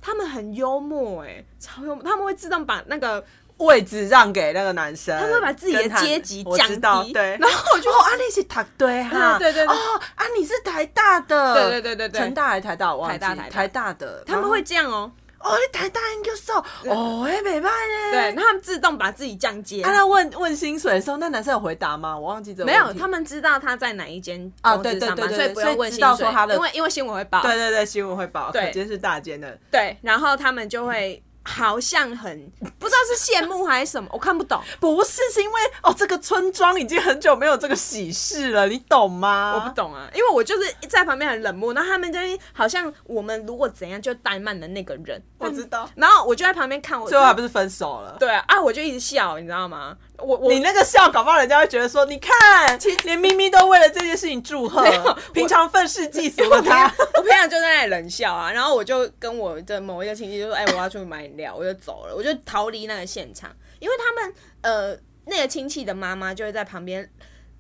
S2: 他们很幽默、欸，超幽默，他们会自动把那个
S1: 位置让给那个男生，
S2: 他们会把自己的
S1: 跟他
S2: 阶级
S1: 我
S2: 降
S1: 知道
S2: 低
S1: 对，
S2: 然后我就
S1: 哦，啊，你是台对哈，
S2: 对对对对
S1: 哦，啊，你是台大的，
S2: 对对对对对
S1: 成大还是台大，我忘
S2: 台大
S1: 记
S2: 台大
S1: 台大的，
S2: 他们会这样哦、
S1: 然后哦，你台大研究所，哦，哎，美败呢，
S2: 对，然后他们自动把自己降阶。
S1: 啊，他问问薪水的时候，那男生有回答吗？我忘记这个
S2: 没有，
S1: 问题
S2: 他们知道他在哪一间
S1: 啊
S2: 公
S1: 对
S2: 司
S1: 对
S2: 上班，
S1: 对对
S2: 所以
S1: 对
S2: 不用
S1: 所以
S2: 问
S1: 知
S2: 薪
S1: 道
S2: 水
S1: 说他的
S2: 因为因为新闻会报，
S1: 对对对，新闻会报，
S2: 对
S1: 可见是大间的，
S2: 对，然后他们就会好像很不知道是羡慕还是什么， 我看不懂，
S1: 不是是因为哦，这个村庄已经很久没有这个喜事了，你懂吗？
S2: 我不懂啊，因为我就是在旁边很冷漠，然后他们就是好像我们如果怎样就怠慢的那个人，
S1: 我知道，
S2: 然后我就在旁边看我，
S1: 最后还不是分手了。
S2: 对啊，啊我就一直笑，你知道吗？我我
S1: 你那个笑，搞不好人家会觉得说，你看，连咪咪都为了这件事情祝贺
S2: 没有我，
S1: 平常愤世嫉俗
S2: 我
S1: 的
S2: 平常
S1: 他，
S2: 我平常就在那里冷笑啊，然后我就跟我的某一个亲戚就说：“哎、我要出去买饮料。”我就走了，我就逃离那个现场，因为他们呃那个亲戚的妈妈就会在旁边。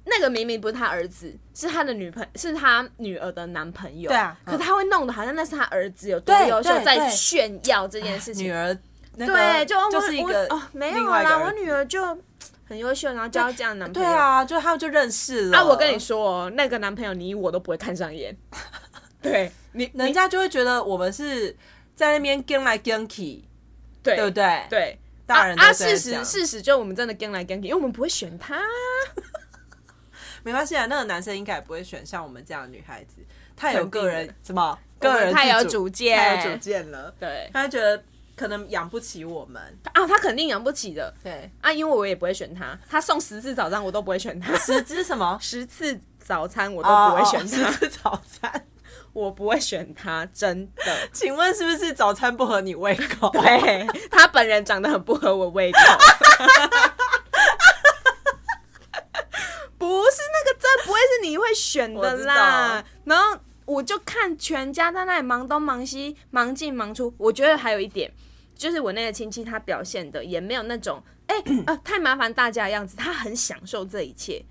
S2: 那个明明不是他儿子，是他的女朋，是他女儿的男朋友。
S1: 对啊
S2: 可他会弄得好像那是他儿子有多
S1: 对
S2: 优秀，
S1: 对
S2: 在
S1: 对
S2: 炫耀这件事 情。
S1: 女儿那个
S2: 对，就
S1: 就
S2: 我
S1: 是一个
S2: 我哦，没有
S1: 另外一个
S2: 啦，
S1: 儿
S2: 我
S1: 子
S2: 女儿就很很优秀，然后交这样的男朋
S1: 对
S2: 友。
S1: 啊，就他们就认识了。
S2: 啊，我跟你，说哦，那个男朋友你我都不会看上眼。 对你，你
S1: 人家就会觉得我们是在那边跟来跟去，
S2: 对
S1: 对不对？
S2: 对，
S1: 大人都
S2: 啊，啊
S1: 这样
S2: 事
S1: 讲
S2: 实事实就我们真的跟来跟去，因为我们不会选他。
S1: 没关系啊，那个男生应该也不会选像我们这样的女孩子，他有
S2: 肯定
S1: 个人什么
S2: 我
S1: 个
S2: 们
S1: 人
S2: 太有
S1: 自
S2: 主
S1: 太有主
S2: 见，
S1: 见了，
S2: 对
S1: 他就觉得可能养不起我们。
S2: 啊，他肯定养不起的
S1: 对，
S2: 啊，因为我也不会选他，他送十次早餐我都不会选他，
S1: 十只什么
S2: 十次早餐 我
S1: 我
S2: 都不会选
S1: 十
S2: 他，
S1: 只早餐。
S2: 我不会选他，真的。
S1: 请问是不是早餐不合你胃口？
S2: 对他本人长得很不合我胃口。不是那个，这不会是你会选的
S1: 我
S2: 啦。然后我就看全家在那里忙东忙西，忙进忙出。我觉得还有一点，就是我那个亲戚他表现的也没有那种，哎、呃，太麻烦大家的样子，他很享受这一切。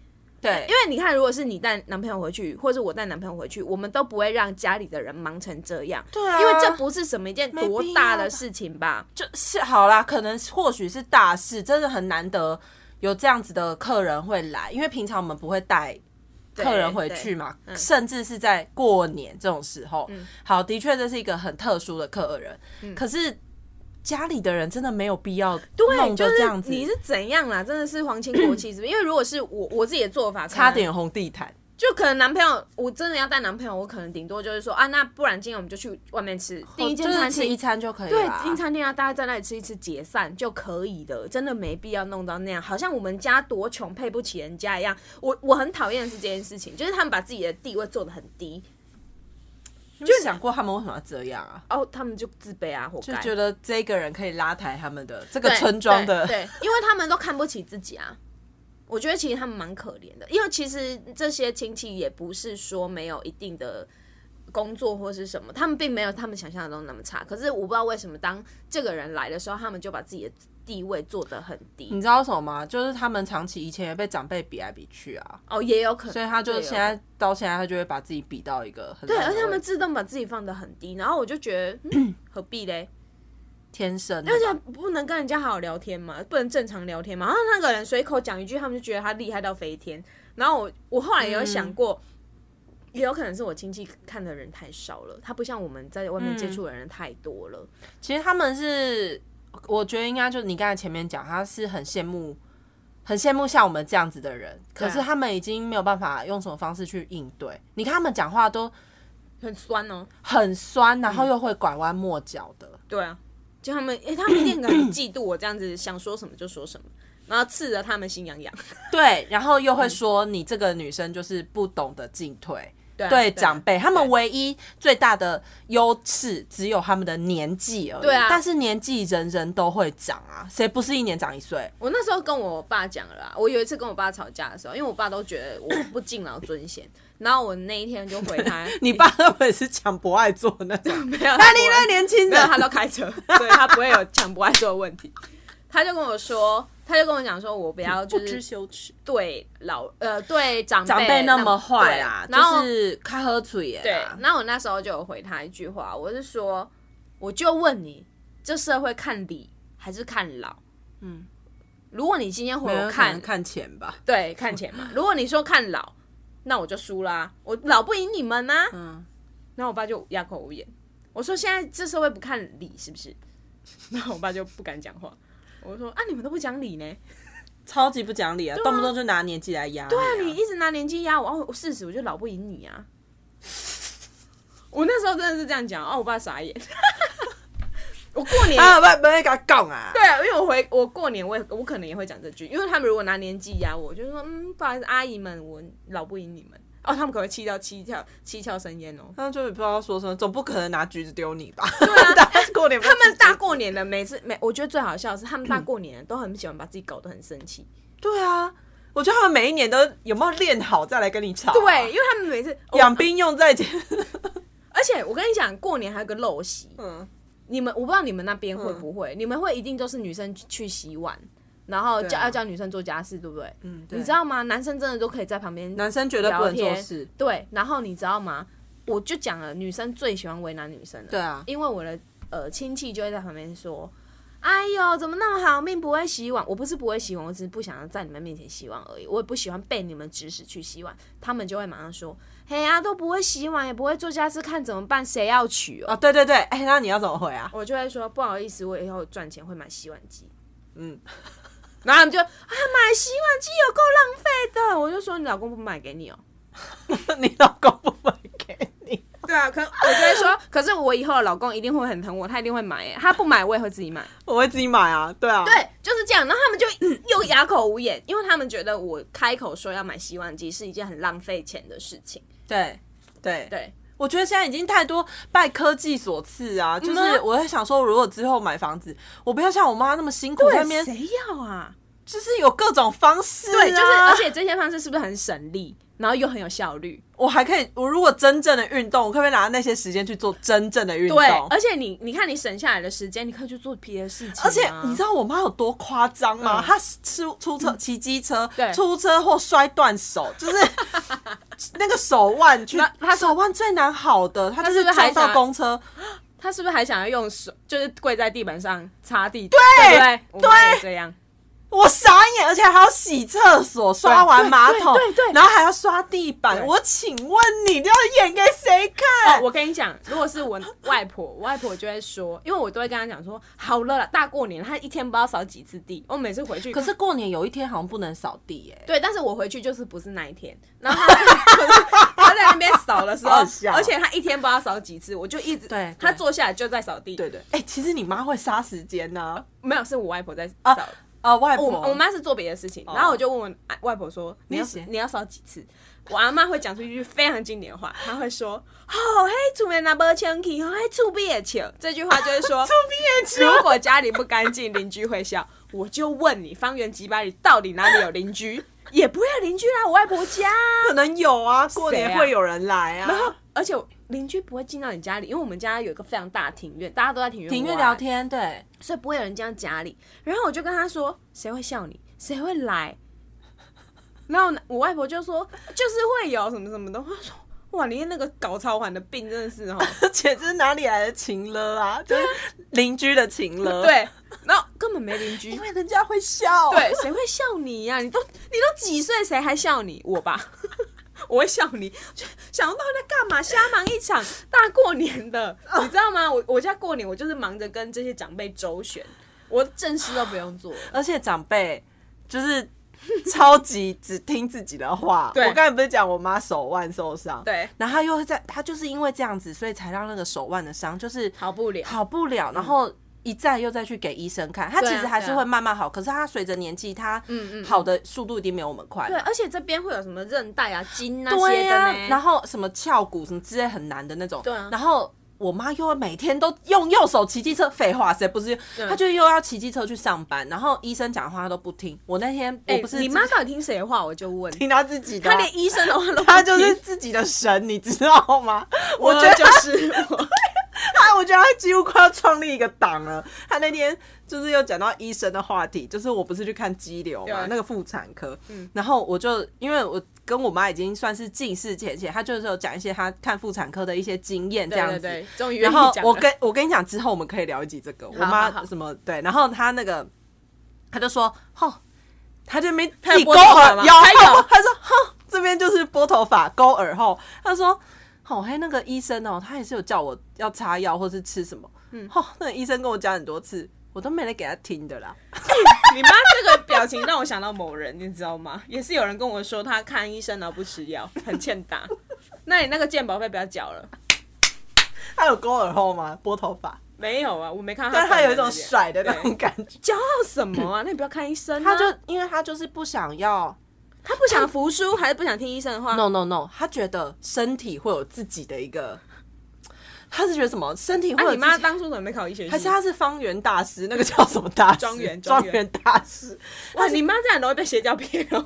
S1: 对
S2: 因为你看，如果是你带男朋友回去，或者我带男朋友回去，我们都不会让家里的人忙成这样。
S1: 对啊
S2: 因为这不是什么一件
S1: 没
S2: 多
S1: 必
S2: 大
S1: 要吧
S2: 的事情吧？
S1: 就是好啦，可能或许是大事，真的很难得有这样子的客人会来，因为平常我们不会带客人回去嘛，
S2: 嗯
S1: 甚至是在过年这种时候。好，的确这是一个很特殊的客人，
S2: 嗯
S1: 可是家里的人真的没有必要
S2: 对，
S1: 弄
S2: 就
S1: 得
S2: 是
S1: 这样子，
S2: 你是怎样啦？真的是皇亲国戚是不是？ 因为如果是我我自己的做法，可能
S1: 差点红地毯。
S2: 就可能男朋友，我真的要带男朋友，我可能顶多就是说啊，那不然今天我们就去外面吃，订一间
S1: 哦就是
S2: 餐
S1: 吃一
S2: 厅。
S1: 餐就可以
S2: 对
S1: 了，，
S2: 订餐厅啊，大家在那里吃一吃，解散就可以的，真的没必要弄到那样，好像我们家多穷配不起人家一样。我我很讨厌的是这件事情，就是他们把自己的地位做的很低，
S1: 就想过他们为什么要这样啊？
S2: 哦，他们就自卑啊，活
S1: 就
S2: 该。
S1: 觉得这个人可以拉抬他们的这个
S2: 对
S1: 村庄的
S2: 对，对因为他们都看不起自己啊。我觉得其实他们蛮可怜的，因为其实这些亲戚也不是说没有一定的工作或是什么，他们并没有他们想象中那么差。可是我不知道为什么，当这个人来的时候，他们就把自己的地位做得很低。
S1: 你知道为什么吗？就是他们长期以前也被长辈比来比去啊，
S2: 哦，也有可能，
S1: 所以他就
S2: 对有
S1: 现在到现在，他就会把自己比到一个很
S2: 对，
S1: 烂的
S2: 而且他
S1: 位
S2: 们
S1: 置
S2: 自动把自己放得很低，然后我就觉得、 嗯何必嘞？
S1: 天生的
S2: 而且
S1: 吧，
S2: 不能跟人家好好聊天嘛，不能正常聊天嘛。然后那个人随口讲一句，他们就觉得他厉害到飞天。然后我我后来也有想过，
S1: 嗯
S2: 也有可能是我亲戚看的人太少了，他不像我们在外面接触的人太多了。
S1: 其实他们是，我觉得应该就是你刚才前面讲，他是很羡慕，很羡慕像我们这样子的人，可是他们已经没有办法用什么方式去应对。你看他们讲话都
S2: 很酸哦。
S1: 很酸，然后又会拐弯抹角的。
S2: 对啊，就他们，哎、他们一定很嫉妒我这样子，想说什么就说什么，然后刺得他们心痒痒。
S1: 对，然后又会说你这个女生就是不懂得进退。
S2: 对啊
S1: 对
S2: 啊
S1: 长辈，他们唯一最大的优势只有他们的年纪而已。
S2: 对啊
S1: 但是年纪人人都会长啊，谁不是一年长一岁？
S2: 我那时候跟我爸讲了啦，我有一次跟我爸吵架的时候，因为我爸都觉得我不敬老尊贤，然后我那一天就回他，
S1: 你爸他们也是抢博爱做那种，
S2: 没有，
S1: 他另类年轻
S2: 没有，
S1: 人，
S2: 他都开 车，所以他不会有抢不爱做的问题。他就跟我说，他就跟我讲说，我不要就是
S1: 羞耻，
S2: 对老呃对长辈
S1: 长辈那么坏啦，
S2: 对然后、
S1: 就是开喝啊嘴耶
S2: 啊对啊
S1: 啦，，
S2: 然后我那时候就有回他一句话，我是说，我就问你，这社会看理还是看老？嗯
S1: 嗯，
S2: 如果你今天回
S1: 没有
S2: 我
S1: 可
S2: 看
S1: 能看钱吧，
S2: 对看钱 嘛，如果你说看老，那我就输啦、我老不赢你们呐、
S1: 嗯，
S2: 然后我爸就哑口无言。我说现在这社会不看理是不是？ 然后我爸就不敢讲话。我说啊，你们都不讲理呢？
S1: 超级不讲理啊，动不动就拿年纪来压，啊对
S2: 那啊你一直拿年纪压我，哦，我事实我就老不赢你啊。 我那时候真的是这样讲，哦，我爸 傻眼。我过年
S1: 啊，不不会给他杠啊，
S2: 对啊，因为我回我过年我也我可能也会讲这句，因为他们如果拿年纪压我，我就说嗯，不好意思，阿姨们，我老不赢你们。哦，他们可能会气到七窍七窍生烟哦。
S1: 他就不知道说什么，总不可能拿橘子丢你吧？
S2: 啊
S1: 大家过年不
S2: 他们大过年的，每次每我觉得最好笑的是，他们大过年的都很喜欢把自己搞得很生气。
S1: 对啊，我觉得他们每一年都有没有练好再来跟你吵啊，
S2: 对，因为他们每次，哦
S1: 养兵用在前，
S2: 而且我跟你讲，过年还有个陋习，
S1: 嗯，
S2: 你们我不知道你们那边会不会，你们会一定都是女生去洗碗，然后叫
S1: 对啊
S2: 要叫女生做家事，对不对？
S1: 嗯对
S2: 你知道吗？男生真的都可以在旁边
S1: 男生绝对不
S2: 聊
S1: 能做
S2: 天
S1: 事，，
S2: 对。然后你知道吗？我就讲了，女生最喜欢为难女生了。
S1: 对啊，
S2: 因为我的呃亲戚就会在旁边说：“哎呦，怎么那么好命，不会洗碗？我不是不会洗碗，我只是不想要在你们面前洗碗而已。我也不喜欢被你们指使去洗碗，他们就会马上说：“嘿呀、都不会洗碗，也不会做家事，看怎么办？谁要娶哦
S1: 哦，对对对，哎、那你要怎么回？”啊？
S2: 我就会说：“不好意思，我以后赚钱会买洗碗机。”
S1: 嗯，
S2: 然后他们就啊，买洗碗机有够浪费的。我就说：“你老公不买给你哦。”
S1: 你老公不买给你，
S2: 嗯对啊，可我就会说，可是我以后的老公一定会很疼我，他一定会买耶，他不买我也会自己买。
S1: 我会自己买啊，对啊，
S2: 对，就是这样。然后他们就又哑口无言，因为他们觉得我开口说要买洗碗机是一件很浪费钱的事情。
S1: 对对对，
S2: 对，
S1: 我觉得现在已经太多拜科技所赐啊，就
S2: 嗯
S1: 是
S2: 啊
S1: 我在想说，如果之后买房子，我不要像我妈那么辛苦在那边，
S2: 谁要啊？
S1: 就是有各种方式、啊，
S2: 对，就是而且这些方式是不是很省力，然后又很有效率？
S1: 我还可以，我如果真正的运动，我可不可以拿那些时间去做真正的运动？
S2: 对，而且你你看你省下来的时间，你可以去做别的事情啊、
S1: 而且你知道我妈有多夸张吗？
S2: 嗯
S1: 她出出车骑机车
S2: 对，
S1: 出车祸摔断手， 就是那个手腕去
S2: 那，她是
S1: 手腕最难好的，她就是
S2: 是不是还
S1: 撞到
S2: 想
S1: 公车，
S2: 他是不是还想要用手，就是跪在地板上擦地？对不对，我妈也这样。
S1: 我傻眼，而且还要洗厕所，刷完马桶，
S2: 对对对对
S1: 然后还要刷地板。
S2: 对
S1: 我请问你，要演给谁看？
S2: 哦我跟你讲，如果是我外婆，我外婆就会说，因为我都会跟她讲说，好了啦，大过年她一天不知道扫几次地，我每次回去，
S1: 可是过年有一天好像不能扫地、耶。
S2: 对，但是我回去就是不是那一天，然后她 可是她在那边扫的时候
S1: 好笑，
S2: 而且她一天不知道扫几次，我就一直
S1: 对对
S2: 她坐下来就在扫地，
S1: 对对，哎、其实你妈会杀时间呢、
S2: 没有是我外婆在扫。
S1: 啊啊，外婆，
S2: 哦
S1: 哦
S2: 我我妈是做别的事情，然后我就问我啊外婆说：“你要
S1: 你写
S2: 你要扫几次？”我阿妈会讲出一句非常经典的话，她会说：“哦，嘿，厝边那无清气，哦，嘿，厝边也笑。”这句话就是 说，
S1: 不憋屈
S2: 如果家里不干净，邻居会笑。我就问你，方圆几百里到底哪里有邻居？ 也不会有邻居啦，我外婆家。
S1: 可能有啊，过
S2: 谁
S1: 年
S2: 啊
S1: 会有人来啊。
S2: 然后，而且邻居不会进到你家里，因为我们家有一个非常大的庭院，大家都在庭院
S1: 庭院
S2: 玩
S1: 聊，天， 对，
S2: 所以不会有人进到家里。然后我就跟他说：“谁会笑你？谁会来？” 然后我外婆就说：“就是会有什么什么的。”我说：“哇，你那个搞超环的病真的是哦。”
S1: 且这是哪里来的情了啊？就是邻居的情了。，
S2: 对，然后根本没邻居
S1: 因，为人家会笑。，
S2: 对，谁会笑你呀、你都你都几岁，谁还笑你？我吧， 我会笑你。就想到底在干嘛？瞎忙一场，大过年 的，你知道吗？我我家过年，我就是忙着跟这些长辈周旋，我正事都不用做。
S1: 而且长辈就是超级只听自己的话。
S2: 对
S1: 我刚才不是讲我妈手腕受伤，，
S2: 对，
S1: 然后她又在，她就是因为这样子，所以才让那个手腕的伤就是
S2: 好不了。嗯
S1: 好不了，然后一再又再去给医生看。她其
S2: 对啊
S1: 实还是
S2: 对啊
S1: 会慢慢好，可是她随着年纪，她
S2: 嗯嗯嗯
S1: 好的速度一定没有我们快。
S2: 对，而且这边会有什么韧带啊、筋那
S1: 对
S2: 些的
S1: 呀、
S2: 呢？
S1: 然后什么翘骨什么之类很难的那种。
S2: 对啊
S1: 然后我妈又每天都用右手骑机车，废话谁不是？
S2: 对
S1: 她就又要骑机车去上班，然后医生讲话她都不听。我那天我
S2: 哎、
S1: 不是
S2: 你妈到底听谁的话？我就 问，
S1: 听她自己的啊、
S2: 她连医生的话都不
S1: 她就是
S2: 听，
S1: 自己的神，你知道吗？我
S2: 我
S1: 觉
S2: 觉得
S1: 得
S2: 就
S1: 她
S2: 是 我。
S1: 她，啊我觉得她几乎快要创立一个党了。她那天就是又讲到医生的话题，就是我不是去看肌瘤嘛，
S2: 对嗯
S1: 那个妇产科，然后我就因为我跟我妈已经算是近视前前，她就是有讲一些她看妇产科的一些经验这
S2: 对
S1: 样
S2: 对
S1: 子。
S2: 对，终于 愿
S1: 然
S2: 意
S1: 后
S2: 讲
S1: 我
S2: 了
S1: 跟我跟你讲，之后我们可以聊一集这个。我
S2: 好好
S1: 妈
S2: 好
S1: 什么对，然后她那个，她就说，吼，她就没
S2: 她
S1: 自
S2: 有
S1: 己
S2: 拨
S1: 勾
S2: 头发
S1: 耳，
S2: 吗
S1: 有，
S2: 她有
S1: 她她说，吼，这边就是拨头发、勾耳后，她说，吼，嘿，那个医生哦，他也是有叫我要擦药或是吃什么，嗯，吼，那个医生跟我讲很多次，我都没来给他听的啦。
S2: 你妈这个表情让我想到某人，你知道吗？也是有人跟我说他看医生然后不吃药，很欠打。那你那个健保费不要缴了？
S1: 他有勾耳后吗？拨头发，
S2: 没有啊，我没看到
S1: 但
S2: 他
S1: 是
S2: 本
S1: 他
S2: 人
S1: 有
S2: 的
S1: 一
S2: 脸。
S1: 种甩的那种
S2: 对
S1: 感觉。
S2: 骄傲什么啊？那你不要看医生、啊。
S1: 他就因为他就是不想要
S2: 他不想服输，还是不想听医生的话？
S1: No no no，他觉得身体会有自己的一个，他是觉得什么身体会
S2: 那、
S1: 有
S2: 啊你
S1: 自己
S2: 妈当初怎么没考医学系？
S1: 还是他是方圆大师，那个叫什么大师？
S2: 庄 园
S1: 庄
S2: 庄
S1: 园大师。啊
S2: 哇，你妈这样都会被邪教骗哦。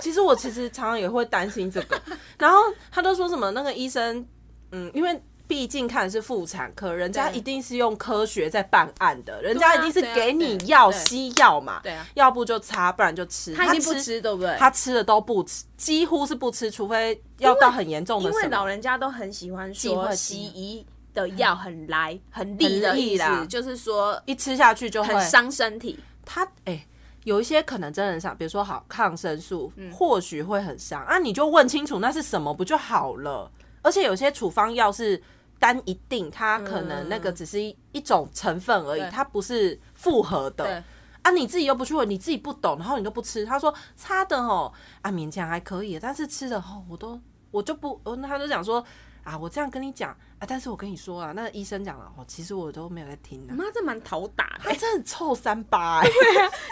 S1: 其实我其实常常也会担心这 个，然后他都说什么那个医生，嗯，因为。毕竟看的是妇产科，人家
S2: 对
S1: 一定是用科学在办案的，人
S2: 对
S1: 家
S2: 啊
S1: 一定是
S2: 对啊
S1: 给你
S2: 对
S1: 药
S2: 对
S1: 西药嘛，
S2: 对啊
S1: 要不就擦，不然就吃。
S2: 他已经不
S1: 吃，
S2: 吃，对不对？
S1: 他吃的都不吃，几乎是不吃，除非要到很严重的
S2: 因
S1: 什
S2: 为
S1: 么。
S2: 老人家都很喜欢
S1: 忌讳
S2: 说
S1: 西
S2: 西医的药很来很利的
S3: 很利
S2: 意
S3: 啦
S2: 思，就是说
S1: 一吃下去就会
S2: 很伤身体。
S1: 它哎、有一些可能真的很伤，比如说好抗生素，
S2: 嗯
S1: 或许会很伤啊，你就问清楚那是什么不就好了？而且有些处方药是单一定，它可能那个只是一,、一种成分而已
S2: 嗯对，
S1: 它不是复合
S2: 对
S1: 的。啊，你自己又不去问，你自己不懂，然后你都不吃。他说擦的哦，啊勉强还可以，但是吃的哦，我都我就不，我他就讲说啊，我这样跟你讲啊，但是我跟你说啊，那医生讲了哦，其实我都没有在听的、啊
S2: 妈这蛮讨打的、
S1: 他真的很臭三 八、哎。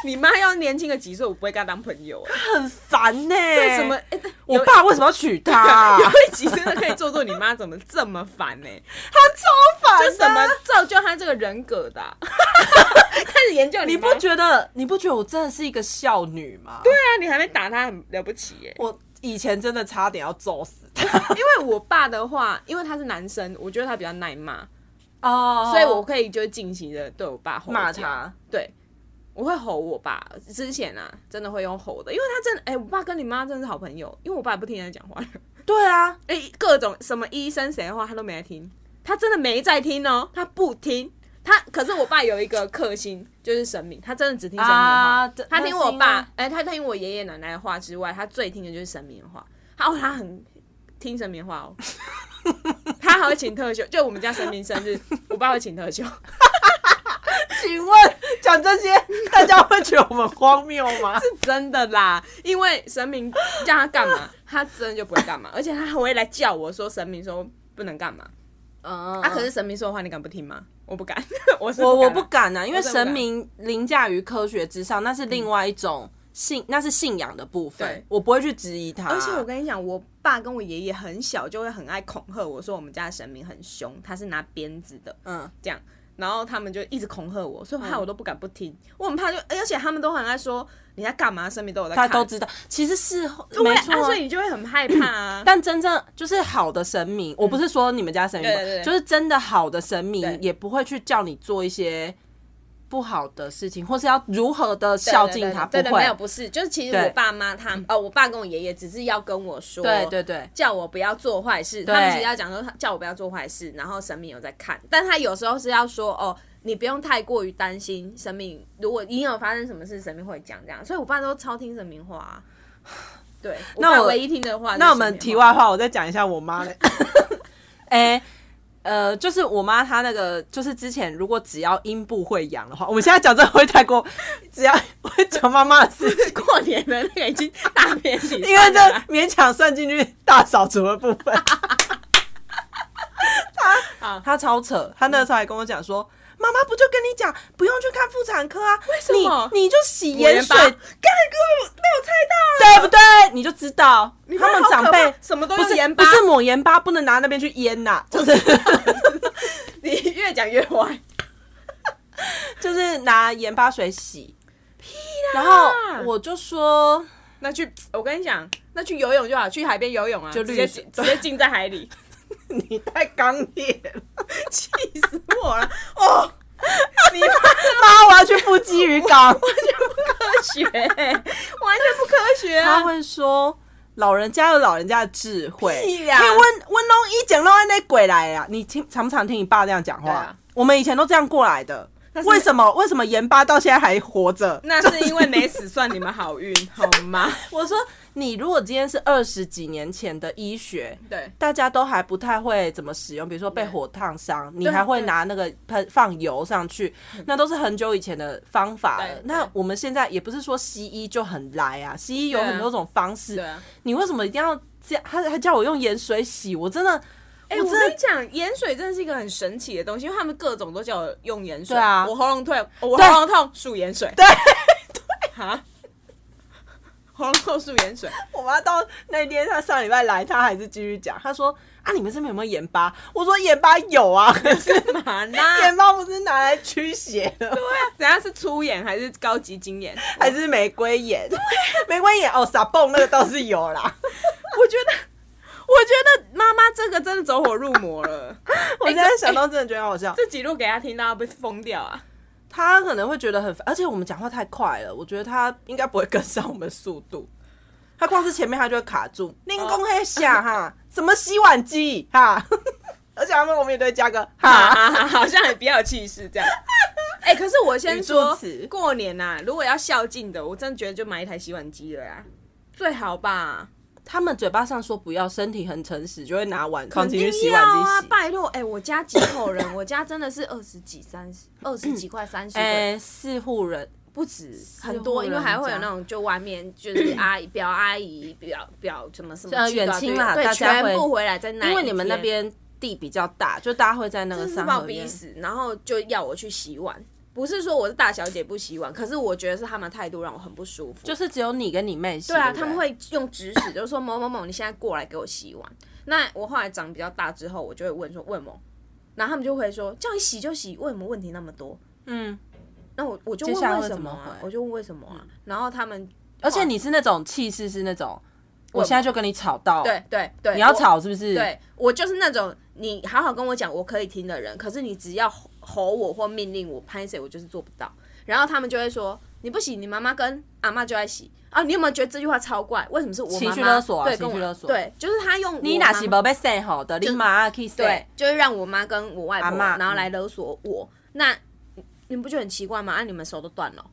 S2: 你妈要年轻个几岁，我不会跟她当朋友、哎
S1: 很烦呢、
S2: 为什么？哎、这
S1: 我
S2: 有
S1: 爸为什么要娶她、 啊？
S2: 有一集真的可以做做你妈怎么这么烦 呢、她超烦，就怎么造就她这个人格的啊、 开始研究
S1: 你
S2: 妈
S1: 不觉得？你不觉得我真的是一个孝女吗？
S2: 对啊，你还没打她很了不起耶、
S1: 我以前真的差点要揍死他
S2: 因为我爸的话，因为他是男生，我觉得他比较耐骂，
S1: 哦
S2: 所以我可以就是尽情的对我爸吼
S1: 骂
S2: 叫。
S1: 他。
S2: 对，我会吼我爸。之前啊，真的会用吼的，因为他真的，哎、我爸跟你妈真的是好朋友，因为我爸也不听人家讲话的，
S1: 对啊，
S2: 哎、各种什么医生谁的话他都没在听，他真的没在听哦，他不听。他可是我爸有一个克星，就是神明，他真的只听神明的话。
S1: 啊这
S2: 他听我
S1: 那是因
S2: 爸
S1: 为，
S2: 哎、他听我爷爷奶奶的话之外，他最听的就是神明的话。他哦，他很听神明的话哦， 他还会请特休，就我们家神明生 日，我爸会请特休。
S1: 请问讲这些， 大家会觉得我们荒谬吗？
S2: 真的啦，因为神明叫他干嘛，他真的就不会干嘛，而且他还会来叫我说神明说不能干嘛。
S1: 嗯，
S2: 啊，可是神明说的话你敢不听吗？我不敢， 我是
S1: 我我
S2: 不
S1: 不
S2: 敢啦。
S1: 敢啊，因为
S2: 我真的不敢
S1: 神明凌驾于科学之上，那是另外一种信，那是信仰的部分
S2: 对，
S1: 我不会去质疑他。
S2: 而且我跟你讲，我爸跟我爷爷很小就会很爱恐吓我说我们家的神明很凶，他是拿鞭子的
S1: 嗯，
S2: 这样，然后他们就一直恐吓我，所以害我都不敢不听，我很怕就，而且他们都很爱说你在干嘛，神明都有在
S1: 他
S2: 看，
S1: 都知道，其实事后
S2: 对
S1: 没
S2: 啊，
S1: 错啊，
S2: 所以你就会很害怕啊。
S1: 但真正就是好的神明，我不是说你们家神明不好，
S2: 嗯对对对
S1: 就是真的好的神
S2: 对
S1: 明也不会去叫你做一些不好的事情，或是要如何的孝敬他，
S2: 对对对对对
S1: 不
S2: 没有
S1: 会。
S2: 不是，就是其实
S1: 对
S2: 我爸妈他呃，我爸跟我爷爷只是要跟我说，
S1: 对对对，
S2: 叫我不要做坏事，
S1: 对
S2: 他们其实要讲说他叫我不要做坏事，然后神明有在看，但他有时候是要说哦，你不用太过于担心神明，如果你有发生什么事，神明会讲这样，所以我爸都超听神明话、啊。对，
S1: 那
S2: 爸
S1: 我
S2: 唯一听的话，
S1: 那我们题，外话，我再讲一下我妈的。 哎、呃，就是我妈她那个，就是之前如果只要阴部会痒的话，我们现在讲这个会太 过，只要会讲妈妈的事情，
S2: 过年的那个已经大偏题，
S1: 因 为这勉强算进去大扫除的部分。他
S2: 好
S1: 他超扯，他那时候还跟我讲说。妈妈不就跟你讲，不用去看妇产科啊？为
S2: 什么
S1: 你你就洗
S2: 盐
S1: 盐水，
S2: 巴
S1: 对不对？你就知道他们长辈
S2: 什么都
S1: 不
S2: 用
S1: 是
S2: 盐巴
S1: 不，是抹盐巴，不能拿那边去腌呐、就是
S2: 你越讲越歪。
S1: 就是拿盐巴水洗。然后我就说，
S2: 那去，我跟你讲，那去游泳就好，去海边游泳啊，
S1: 就
S2: 直
S1: 绿
S2: 接
S1: 水
S2: 直接浸在 海里，
S1: 你太刚烈了，
S2: 气死我了！哦，你妈
S1: 妈，我要去腹肌渔港。
S2: 科学、完全不科学
S1: 他
S2: 啊！
S1: 会说老人家有老人家的智慧，
S2: 屁
S1: 因
S2: 啦
S1: 为温温龙一讲到那鬼来啊，你听常不常听你爸这样讲话？
S2: 对啊
S1: 我们以前都这样过来的，
S2: 是
S1: 为什么为什么盐巴到现在还活着？
S2: 那是因为没死，算你们好运，好 吗？
S1: 我说你如果今天是二十几年前的医学。
S2: 对，
S1: 大家都还不太会怎么使用，比如说被火烫伤，你
S2: 对
S1: 还会
S2: 对
S1: 拿那个喷放油上去，那都是很久以前的方法
S2: 对
S1: 了
S2: 对。
S1: 那我们现在也不是说西医就很来啊，西医有
S2: 对啊
S1: 很多种方式，
S2: 对啊。
S1: 你为什么一定要这样？他还叫我用盐水洗，我真的，
S2: 哎、
S1: 我
S2: 我
S1: 真的
S2: 跟你讲，盐水真的是一个很神奇的东西，因为他们各种都叫我用盐水。
S1: 对啊
S2: 我喉咙痛，我
S1: 对
S2: 喉咙痛，数盐水。 对对，啊，喉咙痛数盐水。
S1: 我妈到那天，她上礼拜来，她还是继续讲，她说啊，你们这边有没有盐巴？我说盐巴有啊，可是
S2: 干嘛呢？
S1: 盐巴不是拿来驱邪 的吗，
S2: 等下是粗盐还是高级精 盐？
S1: 还是玫瑰盐？玫瑰盐哦，撒蹦那个倒是有啦。
S2: 我觉得，我觉得妈妈这个真的走火入魔了。 哎
S1: 我现在想到真的觉得很好笑，
S2: 这几路给她听到，她被疯掉啊！
S1: 她可能会觉得很烦，而且我们讲话太快了，我觉得她应该不会跟上我们速度。她哦光是前面她就会卡住，您公黑下哈，什么洗碗机哈，而且 讲他们，我们也都会加个哈。
S2: 好像很比较有气势这样。哎、可是我先
S4: 语
S2: 说
S4: 助词，
S2: 过年呐、如果要孝敬的，我真的觉得就买一台洗碗机了啦，最好吧？
S1: 他们嘴巴上说不要，身体很诚实，就会拿碗
S4: 肯
S1: 放
S4: 定
S1: 进
S4: 去
S1: 去
S4: 洗
S1: 洗
S4: 碗
S1: 碗
S4: 机洗
S2: 要啊，拜托！哎、我家几口人？我家真的是二十几、三十、二十几块、三十
S1: 哎、
S2: 块，
S1: 四户人
S2: 不止
S1: 户
S2: 很多，因为
S1: 人
S2: 还会有
S1: 家
S2: 那种就外面就是阿姨、表阿姨、表表什么什么
S1: 呃
S2: 去的啊，
S1: 远亲
S2: 对
S1: 啦
S2: 对，
S1: 大家会
S2: 全部回来在那一天，
S1: 因为你们那边地比较大，就大家会在那个
S2: 真是
S1: 三
S2: 把我
S1: 合
S2: 逼
S1: 院。
S2: 死，然后就要我去洗碗。不是说我是大小姐不洗碗，可是我觉得是他们态度让我很不舒服。
S1: 就是只有你跟你妹洗，
S2: 对啊，
S1: 不
S2: 他们会用指使，就是说某某某，你现在过来给我洗碗。那我后来长比较大之后，我就会问说问某，然后他们就会说叫你洗就洗，为什么问题那么多？
S1: 嗯，
S2: 那我我就
S1: 接下来
S2: 问为
S1: 会
S2: 什
S1: 怎么
S2: 啊
S1: 回，
S2: 我就问为什么啊，然后他们
S1: 而且你是那种气势是那种，我现在就跟你吵到，
S2: 对，对对，
S1: 你要
S2: 我
S1: 吵是不是？
S2: 对我就是那种你好好跟我讲我可以听的人，可是你只要吼吼我或命令我拍谁，我就是做不到。然后他们就会说你不洗，你妈妈跟阿妈就在洗啊。你有没有觉得这句话超怪？为什么是我妈妈？
S1: 情绪勒索啊
S2: 对，
S1: 情
S2: 跟
S1: 绪
S2: 我
S1: 勒索
S2: 对，就是他用
S1: 你
S2: 我
S1: 哪
S2: 妈
S1: 是
S2: 妈
S1: 宝被晒好的，你马可以
S2: 啊对
S1: 晒，，
S2: 就是让我妈跟我外
S1: 阿
S2: 婆，
S1: 嬷
S2: 然后来勒索我。那你们不觉得很奇怪吗？啊，你们手都断了哦，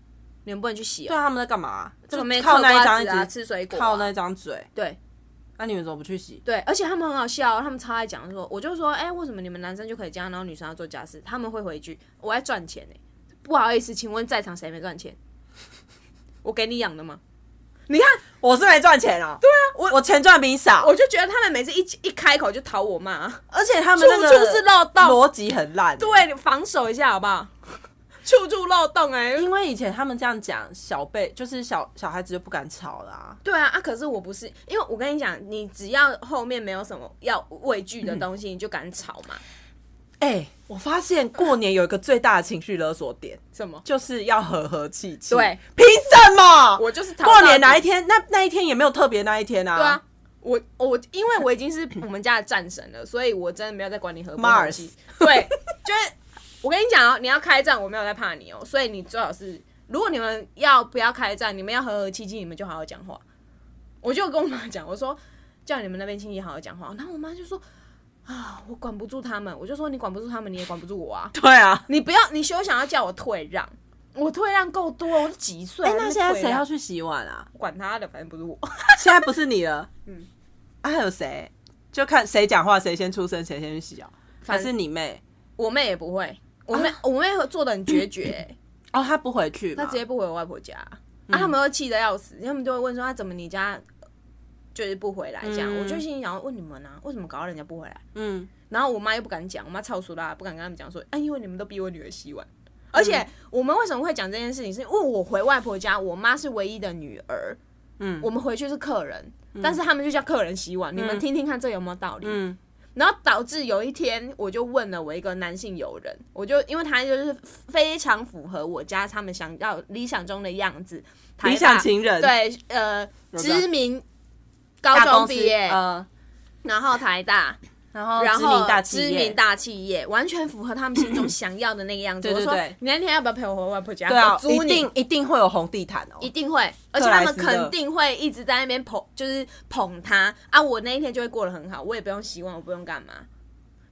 S2: 你们不能去洗
S1: 对
S2: 哦。
S1: 啊，他们在干嘛？
S2: 这
S1: 就
S2: 个没
S1: 靠那一张
S2: 子啊，
S1: 一直
S2: 吃水果啊、
S1: 靠那一张嘴，
S2: 对，
S1: 那你们怎么不去洗？
S2: 对，而且他们很好笑哦，他们超爱讲说，我就说，哎、为什么你们男生就可以这样，然后女生要做家事？他们会回一句，我在赚钱呢、不好意思，请问在场谁没赚钱？我给你养的吗？你看，
S1: 我是没赚钱哦，对啊，我我钱赚比你少，
S2: 我就觉得他们每次一一开口就讨我骂，
S1: 而且他
S2: 处
S1: 们那个
S2: 处是漏洞。
S1: 逻辑很烂，
S2: 对，你防守一下好不好？处处漏洞哎、
S1: 因为以前他们这样讲，小辈就是小小孩子就不敢吵啦。
S2: 对啊，啊，可是我不是，因为我跟你讲，你只要后面没有什么要畏惧的东西，你就敢吵嘛？
S1: 哎、我发现过年有一个最大的情绪勒索点，
S2: 什么？
S1: 就是要和和气气。
S2: 对，
S1: 凭什么？
S2: 我就是讨
S1: 过年
S2: 到底
S1: 哪一天？那那一天也没有特别那一天啊。
S2: 对啊，，我我因为我已经是我们家的战神了，所以我真的没有在管你合不合气
S1: Mars
S2: 对，就是我跟你讲哦，你要开战，我没有在怕你哦，所以你最好是，如果你们要不要开战，你们要和和气气，你们就好好讲话。我就跟我妈讲，我说叫你们那边亲戚好好讲话，然后我妈就说啊，我管不住他们，我就说你管不住他们，你也管不住我啊，
S1: 对啊。
S2: 你不要你休想要叫我退让，我退让够多了，我都几岁
S1: 哎、
S2: 了？
S1: 那
S2: 边
S1: 现在
S2: 退
S1: 谁
S2: 让
S1: 要去洗碗啊？
S2: 管他的，反正不是我。
S1: 现在不是你了。
S2: 嗯
S1: 嗯，啊，还有谁？就看谁讲话，谁先出声，谁先去洗啊？
S2: 反
S1: 还是你妹？
S2: 我妹也不会，我
S1: 啊
S2: 妹、我妹做的很决绝、欸，
S1: 哦，她不回去吗，
S2: 她直接不回我外婆家，
S1: 嗯
S2: 啊，他们都气得要死，他们就会问说，啊，怎么你家呃就是不回来这样？
S1: 嗯
S2: 我就心里想，问你们啊，为什么搞到人家不回来？
S1: 嗯，
S2: 然后我妈又不敢讲，我妈超熟啦，不敢跟他们讲说，啊，因为你们都逼我女儿洗碗。
S1: 嗯
S2: 而且我们为什么会讲这件事情，是因为我回外婆家，我妈是唯一的女儿，嗯，我们回去是客人，但是他们就叫客人洗碗，你们听听看这有没有道理？
S1: 嗯
S2: 然后导致有一天，我就问了我一个男性友人，我就因为他就是非常符合我家他们想要理想中的样子，台大
S1: 理想情人
S2: 对，呃，
S1: 知道
S2: 知名高
S1: 大
S2: 中
S1: 公司
S2: 毕业，
S1: 呃，
S2: 然后台大，
S1: 然后
S2: 然
S1: 哦知名
S2: 后
S1: 大企业，
S2: 知名大企业，完全符合他们心中想要的那个样 子。
S1: 对对
S2: 我说
S1: 对
S2: 你那天要不要陪我回外婆家？
S1: 对啊
S2: 我，租
S1: 一
S2: 你
S1: 定一定会有红地毯哦。
S2: 一定会，而且
S1: 克莱
S2: 他们
S1: 斯勒
S2: 肯定会一直在那边捧，就是捧他啊！我那一天就会过得很好，我也不用洗碗，我不用干嘛。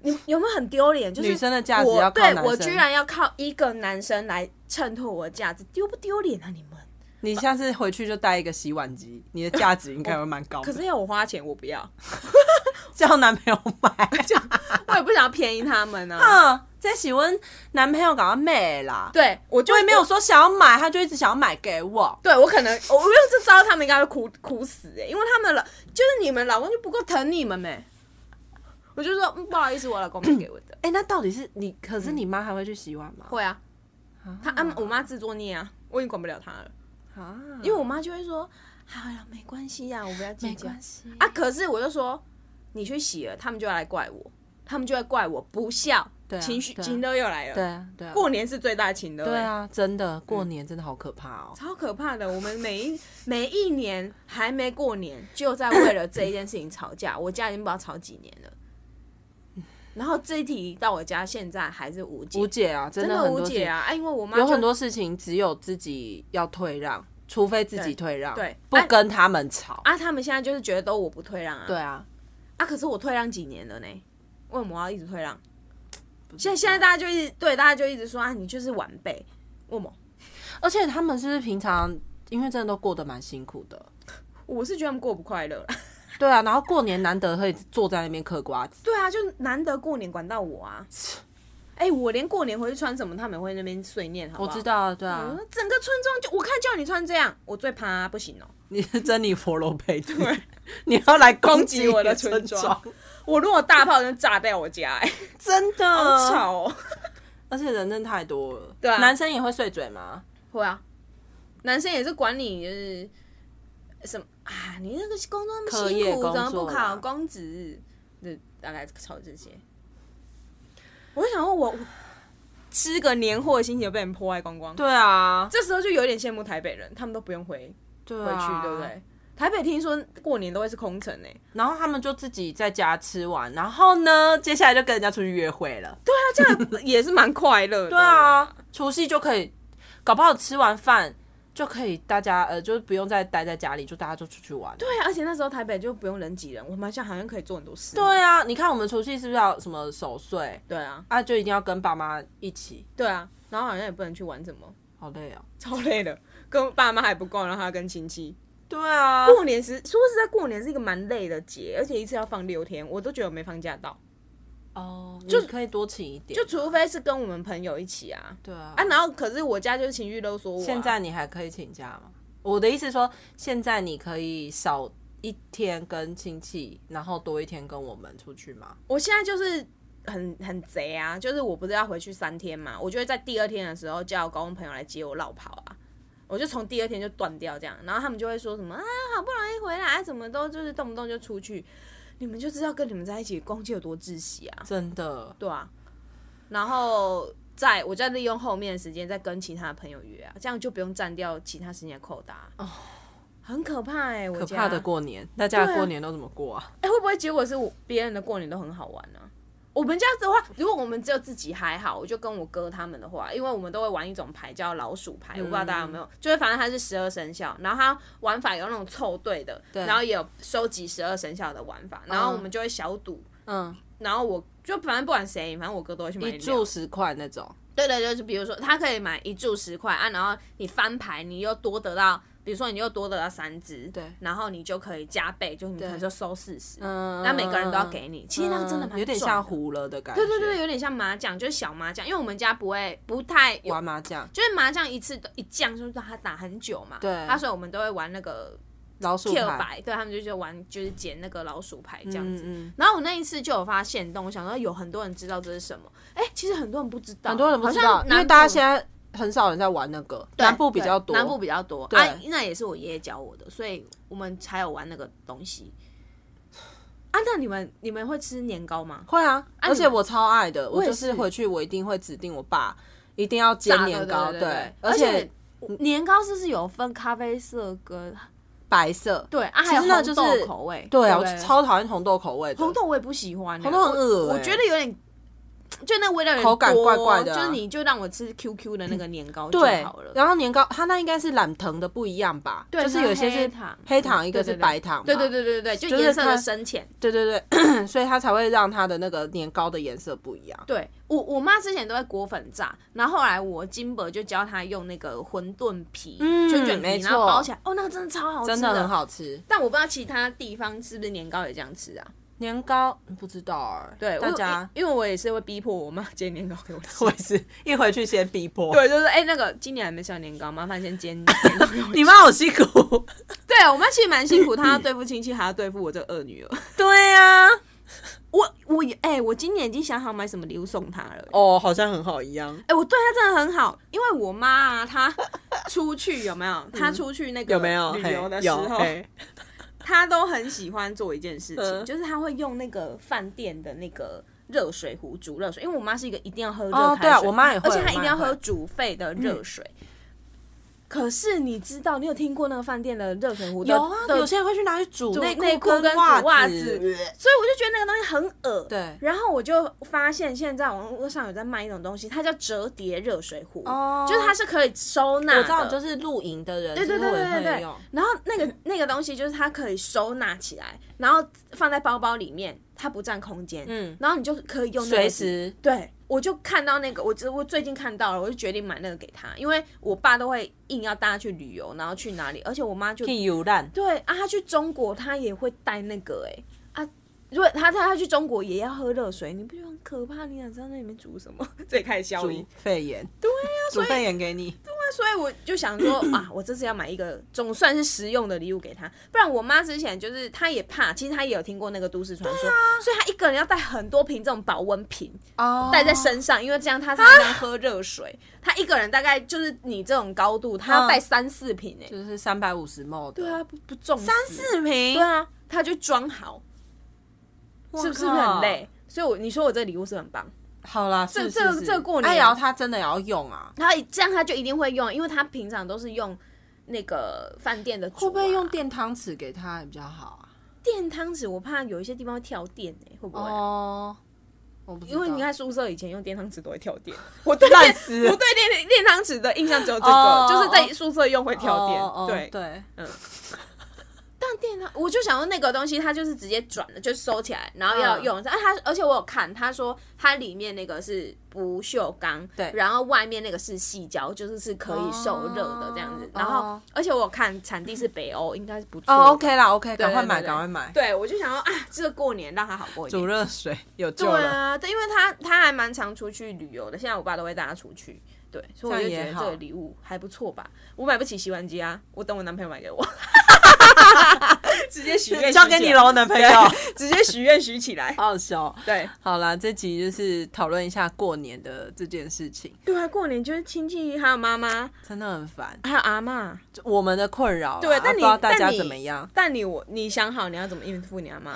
S2: 你有没有很丢脸？就是
S1: 女生的价值
S2: 我
S1: 要靠
S2: 对
S1: 男生
S2: 我居然要靠一个男生来衬托我的价值，丢不丢脸啊？你 们？
S1: 你下次回去就带一个洗碗机，你的价值应该会蛮高
S2: 可
S1: 的。
S2: 是要我花钱，我不要，
S1: 叫男朋友买，
S2: 我也不想要便宜他们啊。
S1: 嗯，在喜欢男朋友搞到妹啦，
S2: 对我就
S1: 我也没有说想要买，他就一直想要买给我。
S2: 对我可能我用这招，他们应该会哭哭死哎、因为他们老就是你们老公就不够疼你们没、欸我就说、嗯、 不好意思，我老公买给我的。
S1: 哎、那到底是你？可
S2: 嗯
S1: 是你妈还会去洗碗吗？
S2: 会啊，他啊，我妈自作孽啊，我已经管不了她了，
S1: 啊，
S2: 因为我妈就会说，好了，没关系啊呀、我不要计较
S1: 系
S2: 啊。可是我就说，你去洗了，他们就要来怪我，他们就会怪我不孝，
S1: 对啊
S2: 情绪
S1: 对啊
S2: 情勒又来了，
S1: 对啊，对啊，
S2: 过年是最大的情勒、
S1: 对
S2: 欸
S1: 啊，真的过年真的好可怕哦。
S2: 超可怕的。我们每一每一年还没过年，就在为了这一件事情吵架。我家已经不知道吵几年了。然后这一题到我家现在还是无
S1: 嗯
S2: 解，
S1: 无解啊，真
S2: 真
S1: 的
S2: 的
S1: 很
S2: 无
S1: 多事
S2: 解
S1: 情，
S2: 啊！啊，因为我妈
S1: 有
S2: 就
S1: 很多事情只有自己要退让，除非自己
S2: 对
S1: 退让，
S2: 对
S1: 不
S2: 哎
S1: 跟他们吵。
S2: 啊啊，他们现在就是觉得都我不退让啊，
S1: 对啊，
S2: 啊，可是我退让几年了呢？为什么要一直退让？现在现在大家就一直对大家就一直说啊，你就是晚辈，为什么？
S1: 而且他们是不是平常因为真的都过得蛮辛苦的？
S2: 我是觉得他们过不快乐了。
S1: 对啊，然后过年难得可以坐在那边嗑瓜子，
S2: 对啊，就难得过年管到我 啊！哎、我连过年回去穿什么，他们也会那边碎念，好不
S1: 我
S2: 好？
S1: 知道啊，对啊
S2: 嗯，，整个村庄就我看叫你穿这样，我最怕、不行哦、
S1: 你是珍妮佛罗佩兹，你要来攻
S2: 击我的村
S1: 村
S2: 庄， 我如果大炮能炸掉我家、哎，
S1: 真的
S2: 好吵哦、
S1: 而且人真太多了，
S2: 对啊
S1: 男生也会碎嘴吗？
S2: 会啊，男生也是管你就是什么啊，你那个工作那么
S1: 课
S2: 辛
S1: 业
S2: 苦，
S1: 工
S2: 怎么不
S1: 作
S2: 考
S1: 啦
S2: 公职？就大概吵这些。我就想问我，我吃个年货的心情被人破坏光光。
S1: 对啊，
S2: 这时候就有点羡慕台北人，他们都不用回
S1: 对啊
S2: 回去，对不对？？台北听说过年都会是空欸城诶、
S1: 然后他们就自己在家吃完，然后呢，接下来就跟人家出去约会了。对
S2: 那啊这样也是蛮快乐的。对，
S1: 啊，除夕就可以，搞不好吃完饭就可以大家呃，就是不用再待在家里，就大家就出去玩。对啊
S2: 对，啊而且那时候台北就不用人挤人，我们好像好像可以做很多事。
S1: 对啊，你看我们除夕是不是要什么守岁
S2: 对啊，
S1: 啊？就一定要跟爸妈一起，
S2: 对啊，然后好像也不能去玩什么，
S1: 好累哦。
S2: 超累的，跟爸妈还不够，然后还要跟亲戚。
S1: 对啊，
S2: 过年时说实在，过年是一个蛮累的节，而且一次要放六天，我都觉得我没放假到，
S1: 哦，就可以多请一点，
S2: 就除非是跟我们朋友一起啊。
S1: 对啊
S2: 啊，。然后可是我家就是情绪勒索我啊、
S1: 现在你还可以请假吗？我的意思说，现在你可以少一天跟亲戚，然后多一天跟我们出去吗？
S2: 我现在就是很很贼啊，就是我不是要回去三天嘛，我就会在第二天的时候叫高中朋友来接我绕跑啊。我就从第二天就断掉这样，然后他们就会说什么啊，好不容易回来，啊怎么都就是动不动就出去，你们就知道跟你们在一起逛街有多窒息啊，
S1: 真的，
S2: 对啊。然后再我再利用后面的时间再跟其他的朋友约啊，这样就不用占掉其他时间的扣打、哦，很可怕哎、我
S1: 可
S2: 家
S1: 怕的过年，大家
S2: 对
S1: 的
S2: 啊
S1: 过年都怎么过啊？
S2: 哎、会不会结果是我别人的过年都很好玩呢、我们家的话，如果我们只有自己还好，我就跟我哥他们的话，因为我们都会玩一种牌叫老鼠牌，我不知道大家有
S1: 嗯
S2: 没有，就是反正它是十二生肖，然后它玩法有那种凑对的，然后也有收集十二生肖的玩法，然后我们就会小赌，
S1: 嗯，
S2: 然后我就反正不管谁赢，反正我哥都会去买
S1: 一
S2: 饮料
S1: 注十块那种，
S2: 对对，就是比如说他可以买一注十块啊，然后你翻牌，你又多得到，比如说你又多得到三只，
S1: 对
S2: 然后你就可以加倍，就你可能就收四十，
S1: 嗯
S2: 那每个人都要给你，其实那个真的蛮
S1: 嗯有点
S2: 赚的
S1: 像，胡了的感觉，对
S2: 对对，有点像麻将，就是小麻将，因为我们家不会不太有，
S1: 玩麻将，
S2: 就是麻将一次都一将就是让他打很久嘛，
S1: 对
S2: 啊，所以我们都会玩那个
S1: 老鼠
S2: Q
S1: 牌，
S2: 牌，对他们就是玩就是捡那个老鼠牌这样子。
S1: 嗯嗯，
S2: 然后我那一次就有发现动，我想说有很多人知道这是什么，哎、其实很多人不知道，
S1: 很多人不知
S2: 好
S1: 道，
S2: 像
S1: 因为
S2: 南
S1: 大家
S2: 部
S1: 现在很少人在玩那个，
S2: 对
S1: 南部比较
S2: 对
S1: 多，
S2: 南部比较多。
S1: 对
S2: 啊，那也是我爷爷教我的，所以我们才有玩那个东西。啊，那你们你们会吃年糕吗？
S1: 会啊，而且我超爱的，我
S2: 也
S1: 就是是回去我一定会指定我爸一定要煎年糕，
S2: 对对对对
S1: 而且
S2: 而且年糕是不是有分咖啡色跟
S1: 啊白色，
S2: 对啊，
S1: 其
S2: 还有
S1: 实那
S2: 红
S1: 就是
S2: 豆口味？
S1: 对啊，
S2: 不
S1: 我超讨厌红豆口味的，
S2: 红豆我也不喜欢欸，
S1: 红豆很
S2: 我
S1: 恶欸
S2: 我觉得有点。就那味道有点
S1: 口感
S2: 多
S1: 怪怪的啊
S2: 就是你就让我吃 QQ 的那个年糕就
S1: 对
S2: 好了，。
S1: 然后年糕它那应该是染藤的不一样吧，
S2: 对
S1: 就是有些
S2: 黑
S1: 是
S2: 糖，
S1: 黑糖，一个是白糖嘛，
S2: 对对对对对，就
S1: 就是
S2: 颜色的
S1: 它
S2: 深浅。
S1: 对对对， 所以它才会让它的那个年糕的颜色不一样。
S2: 对我我妈之前都会裹粉炸，然后后来我金伯就教她用那个馄饨皮、
S1: 嗯
S2: 春卷皮，
S1: 没错
S2: 然后包起来，哦，那个真的超好吃
S1: 真的很。好吃，
S2: 但我不知道其他地方是不是年糕也这样吃啊？
S1: 年糕不知道哎、
S2: 对，
S1: 大
S2: 我
S1: 家
S2: 因因为我也是会逼迫我妈煎年糕给我吃。
S1: 我也是一回去先逼迫，
S2: 对，就是哎、那个今年还没上年糕，麻烦先煎年糕给我吃。
S1: 你妈好辛苦，
S2: 对啊我妈其实蛮辛苦，她要对付亲戚，还要对付我这个二女儿。
S1: 对呀、啊，
S2: 我我也哎、我今年已经想好买什么礼物送她了。
S1: 哦，好像很好一样。
S2: 哎、我对他真的很好，因为我妈啊，她出去有没有？她出去那
S1: 嗯
S2: 个
S1: 有没有
S2: 旅
S1: 嘿
S2: 游的时
S1: 有
S2: 候，
S1: 嘿
S2: 她都很喜欢做一件事情，
S1: 嗯
S2: 就是她会用那个饭店的那个热水壶煮热水，因为我妈是一个一定要喝热
S1: 哦
S2: 开水，
S1: 对啊我妈也会
S2: 而且
S1: 我妈
S2: 她一定要
S1: 也会嗯
S2: 喝煮沸的热水。可是你知道，你有听过那个饭店的热水壶的？
S1: 有啊，
S2: 的
S1: 有些人会去拿去煮
S2: 煮
S1: 内
S2: 内裤跟
S1: 跟
S2: 煮袜子
S1: 子，
S2: 所以我就觉得那个东西很恶
S1: 对
S2: 然后我就发现现在网络上有在卖一种东西，它叫折叠热水壶，
S1: 哦
S2: 就是它是可以收纳的。
S1: 我知道，就是露营的人
S2: 对对对
S1: 是
S2: 对
S1: 会
S2: 对
S1: 会
S2: 对
S1: 用。
S2: 然后那个那个东西就是它可以收纳起来，然后放在包包里面，它不占空间，
S5: 嗯
S2: 嗯，然后你就可以用那
S5: 随
S2: 个笔
S5: 时
S2: 对，我就看到那个，我只我最近看到了，我就决定买那个给他，因为我爸都会硬要带他去旅游，然后去哪里，而且我妈就
S5: 去游览，
S2: 对啊，他去中国他也会带那个哎、啊，如果他他他去中国也要喝热水，你不觉得很可怕？你想知道那里面煮什么？ 自己开始消音
S1: 煮。肺炎，对啊呀、煮肺炎给你，
S2: 所以我就想 说啊，我这次要买一个总算是实用的礼物给他，不然我妈之前就是她也怕，其实她也有听过那个都市传说，所以她一个人要带很多瓶这种保温瓶
S1: 哦
S2: 带在身上，因为这样她才能喝热水。她一个人大概就是你这种高度，她要带三四瓶哎、
S1: 就是三百五十 ml 的，
S2: 对啊，不不重三
S5: 四瓶
S2: 对啊，她就装好，
S1: 哇靠，
S2: 是不是不是很累？所以我你说我这个礼物是很棒，
S1: 好啦，
S2: 这
S1: 是
S2: 这
S1: 是是
S2: 这过年
S1: 哎瑶她真的也要用啊，
S2: 然后这样她就一定会用，因为她平常都是用那个饭店的、啊
S1: 会不会用？电汤匙给她比较好啊？
S2: 电汤匙，我怕有一些地方会跳电哎、会不会啊、
S1: 哦，我不知道，
S2: 因为你看宿舍以前用电汤匙都会跳电， 我对电
S1: 烂死了
S2: 我对电电汤匙的印象只有这个，
S1: 哦
S2: 就是在宿舍用会跳电。
S1: 哦哦
S2: 对，
S1: 对，
S2: 但电汤我就想用那个东西，它就是直接转的，就收起来，然后要
S1: 嗯
S2: 用。但它而且我有看，它说它里面那个是不锈钢，
S5: 对
S2: 然后外面那个是细胶，就是是可以受热的这样子
S1: 哦。
S2: 然后
S1: 哦而
S2: 而且我有看产地是北欧，应该是不错。
S1: 哦 OK 啦 OK，赶快
S2: 对
S1: 买
S2: 对
S1: 赶快买，
S2: 对，我就想要啊，这个过年让它好过一点
S1: 煮。热水有救
S2: 对
S1: 了，
S2: 啊，对，因为他他还蛮常出去旅游的，现在我爸都会带他出去，对，所以我
S1: 这
S2: 就
S1: 样
S2: 觉
S1: 也
S2: 得
S1: 好
S2: 这个礼物还不错吧。我买不起洗碗机啊，我等我男朋友买 给我，直接许愿，
S1: 交给你了，，我男朋友，
S2: 直接许愿许起来。
S1: 好笑哦。
S2: 对
S1: 好啦，这集就是讨论一下过年的这件事情，
S2: 对啊，过年就是亲戚还有妈妈
S1: 真的很烦，
S2: 还有阿妈，
S1: 就我们的困扰啦。
S2: 对
S1: 啊
S2: 但
S1: 不
S2: 你
S1: 知道大
S2: 但
S1: 家
S2: 你
S1: 怎么样，
S2: 但你我你想好你要怎么应付你 阿妈？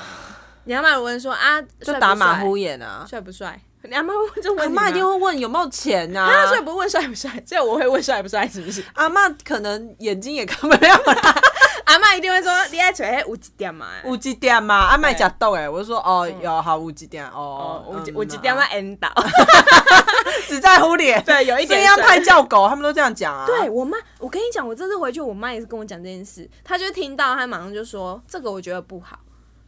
S2: 你阿妈如果说啊，
S1: 就
S2: 帅
S1: 打
S2: 不
S1: 马
S2: 帅
S1: 虎眼啊。
S2: 帅不帅？你阿妈会这
S1: 阿
S2: 问你
S1: 妈一定
S2: 吗。
S1: 会问有没有钱呐、
S2: 啊，所以不问帅不帅，这我会问帅不帅，是不是？
S1: 阿妈可能眼睛也看不了啦，
S2: 阿妈一定会说你爱吹黑五几点啊嘛？
S1: 有几点啊嘛？阿妈假豆哎，我就说哦，有好有几点哦
S2: 哦，，我几
S1: 嗯
S2: 我几点要
S1: 啊
S2: end 到？
S1: 只在乎 脸，
S2: 对，有一
S1: 这
S2: 点
S1: 样
S2: 水
S1: 拍叫狗，他们都这样讲啊。
S2: 对我妈，我跟你讲，我这次回去，我妈也是跟我讲这件事，她就听到，她马上就说这个我觉得不好，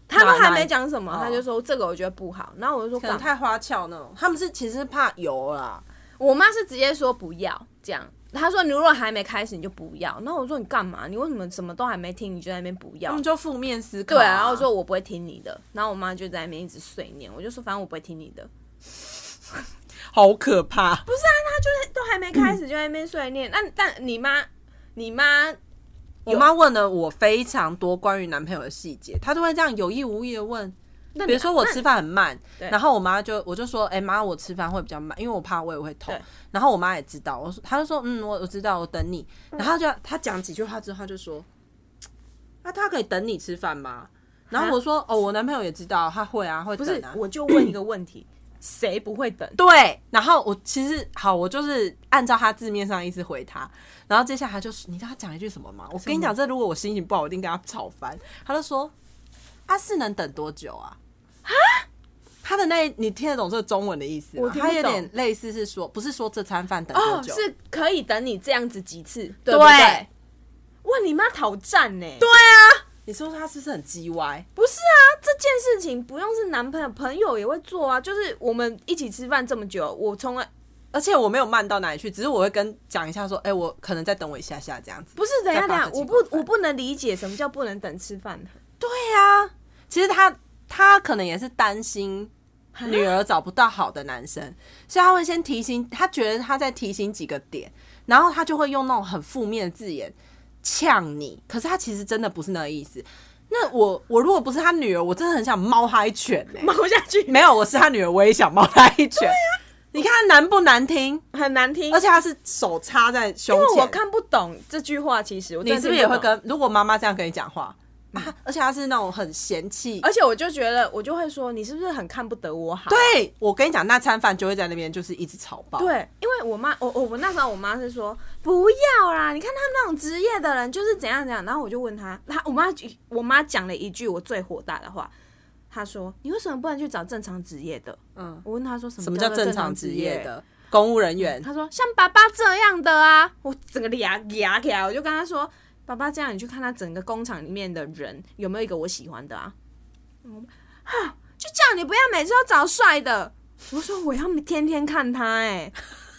S2: 她都
S1: 哪
S2: 还
S1: 哪
S2: 没
S1: 一
S2: 讲什么，她
S1: 哦
S2: 就说这个我觉得不好，然后我就说
S1: 可能
S2: 干嘛，
S1: 太花俏那种，他们是其实是怕油啦，
S2: 我妈是直接说不要这样。她说：“你如果还没开始，你就不要。”然后我说：“你干嘛？你为什么什么都还没听，你就在那边不
S1: 他
S2: 要
S1: 们就负面思？”考
S2: 对
S1: 啊、
S2: 啊，然后我说：“我不会听你的。”然后我妈就在那边一直碎念，我就说：“反正我不会听你的。”
S1: 好可怕，不是
S2: 啊都还没开始就在那边碎念，那但你妈，你妈
S1: 我妈问了我非常多关于男朋友的细节，她都会这样有意无意的问。
S2: 那
S1: 比
S2: 你
S1: 如说我
S2: 那
S1: 吃饭很慢，
S2: 对
S1: 然后我妈就我就说，哎、妈，我吃饭会比较慢，因为我怕胃会痛
S2: 对。
S1: 然后我妈也知道，我说她就说，嗯，我我知道，我等你。
S2: 嗯
S1: 然后她就她讲几句话之后，她就说，那、她可以等你吃饭吗？然后我说，哦，我男朋友也知道，他会啊，会
S2: 啊不
S1: 等
S2: 是
S1: 啊，。
S2: 我就问一个问题， 谁不会等？
S1: 对，然后我其实好，我就是按照他字面上意思回他，然后接下来他就是，你知道他讲一句什么吗？我跟你讲，这如果我心情不好，我一定跟他吵翻。他就说：“啊，是能等多久啊？”他的那，你听得懂这个中文的意思吗？
S2: 我听不
S1: 他有
S2: 懂
S1: 点类似是说，不是说这餐饭等多
S2: 哦，
S1: 久，
S2: 是可以等你这样子几次，对
S1: 对
S2: 不对？哇，你妈讨战呢、对，
S1: 你说他是不是很鸡歪？
S2: 不是啊，这件事情不用是男朋友，朋友也会做啊。就是我们一起吃饭这么久，我从来
S1: 而且我没有慢到哪里去，只是我会跟讲一下说，哎、我可能再等我一下下这样子。
S2: 不是等一下
S1: 再
S2: 等一
S1: 把
S2: 下，
S1: 自己
S2: 我不
S1: 管饭
S2: 我不能理解什么叫不能等吃饭的。
S1: 对呀、其实他他可能也是担心女儿找不到好的男生，所以他会先提醒，他觉得他在提醒几个点，然后他就会用那种很负面的字眼呛你。可是他其实真的不是那个意思。那我我如果不是他女儿，我真的很想猫他一拳、欸。
S2: 猫下去
S1: 没有，我是他女儿，我也想猫他一拳。
S2: 啊
S1: 你看难不难听？
S2: 很 难听，
S1: 而且他是手插在胸
S2: 因为
S1: 前，
S2: 我看不懂这句话，其实我
S1: 你
S2: 真的
S1: 是不是也会
S2: 听懂
S1: 跟？如果妈妈这样跟你讲话、啊，而且他是那种很嫌弃，
S2: 而且我就觉得，我就会说，你是不是很看不得我好？
S1: 对，我跟你讲，那餐饭就会在那边就是一直吵爆。，
S2: 对，因为我妈，我我我那时候我妈是说不要啦，你看他们那种职业的人就是怎样怎样，然后我就问她，她我妈我妈讲了一句我最火大的话，她说你为什么不能去找正常职业的？
S1: 嗯，
S2: 我问她说什
S1: 什
S2: 么
S1: 么叫
S2: 做
S1: 正常
S2: 常
S1: 职
S2: 业
S1: 业？的公务人员？
S2: 她说像爸爸这样的啊，我整个牙牙起来，我就跟她说，爸爸这样，你去看他整个工厂里面的人有没有一个我喜欢的啊？我妈啊就叫你不要每次都找帅的。我说我要天天看他、欸，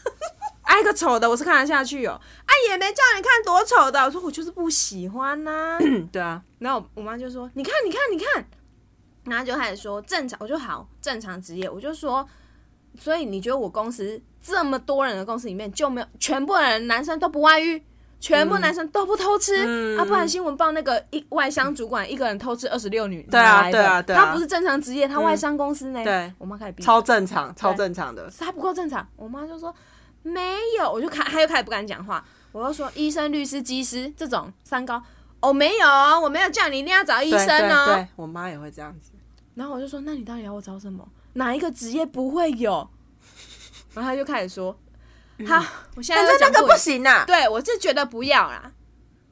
S2: 哎，挨个丑的我是看得下去哦，啊也没叫你看多丑的，我说我就是不喜欢呐、
S1: 对啊，
S2: 然后我妈就说：“你看，你看，你看。”然后就开始说正常，我就好正常职业，我就说，所以你觉得我公司这么多人的公司里面就没有全部人男生都不外遇，全
S1: 嗯
S2: 部男生都不偷吃、啊？不然新闻报那个一外商主管一个人偷吃二十六女，
S1: 对啊
S2: 哪来的
S1: 对啊对啊嗯
S2: 他不是正常职业，他外商公司呢？
S1: 对
S2: 我妈开始逼
S1: 超正常，超正常的。
S2: 他不够正常。我妈就说没有，我就开，她又开始不敢讲话。我又说医生、律师、技师这种三高，哦没有，我没有叫你一定要找医
S1: 对
S2: 生哦。
S1: 对对我妈也会这样子。
S2: 然后我就说，那你到底要我找什么？哪一个职业不会有？然后他就开始说，好，我现
S1: 嗯
S2: 在
S1: 反正
S2: 就讲
S1: 那个
S2: 过
S1: 不行啊，
S2: 对我是觉得不要啦。